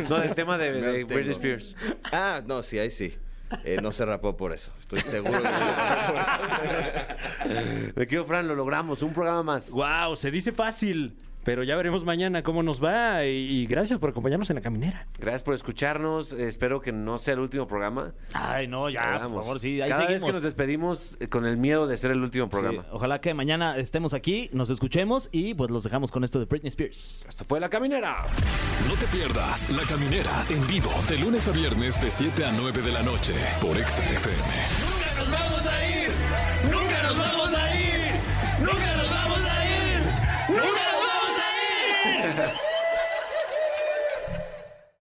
[SPEAKER 2] no, del tema de,
[SPEAKER 11] Me
[SPEAKER 2] de
[SPEAKER 11] abstengo.
[SPEAKER 2] Britney Spears.
[SPEAKER 11] Ah, no, sí, ahí sí. Eh, no se rapó por eso. Estoy seguro que no se rapó por eso.
[SPEAKER 2] Me quedo, Fran, lo logramos. Un programa más.
[SPEAKER 4] Wow, se dice fácil. Pero ya veremos mañana cómo nos va. Y, y gracias por acompañarnos en la caminera.
[SPEAKER 2] Gracias por escucharnos. Espero que no sea el último programa.
[SPEAKER 3] Ay, no, ya,
[SPEAKER 2] Vamos.
[SPEAKER 3] por favor, sí, ahí
[SPEAKER 2] Cada vez que
[SPEAKER 3] seguimos.
[SPEAKER 2] nos despedimos eh, con el miedo de ser el último programa.
[SPEAKER 3] Sí, ojalá que mañana estemos aquí, nos escuchemos y pues los dejamos con esto de Britney Spears.
[SPEAKER 2] Esto fue La Caminera.
[SPEAKER 1] No te pierdas La Caminera en vivo de lunes a viernes de 7 a 9 de la noche por Exa FM.
[SPEAKER 4] ¡Nos vamos a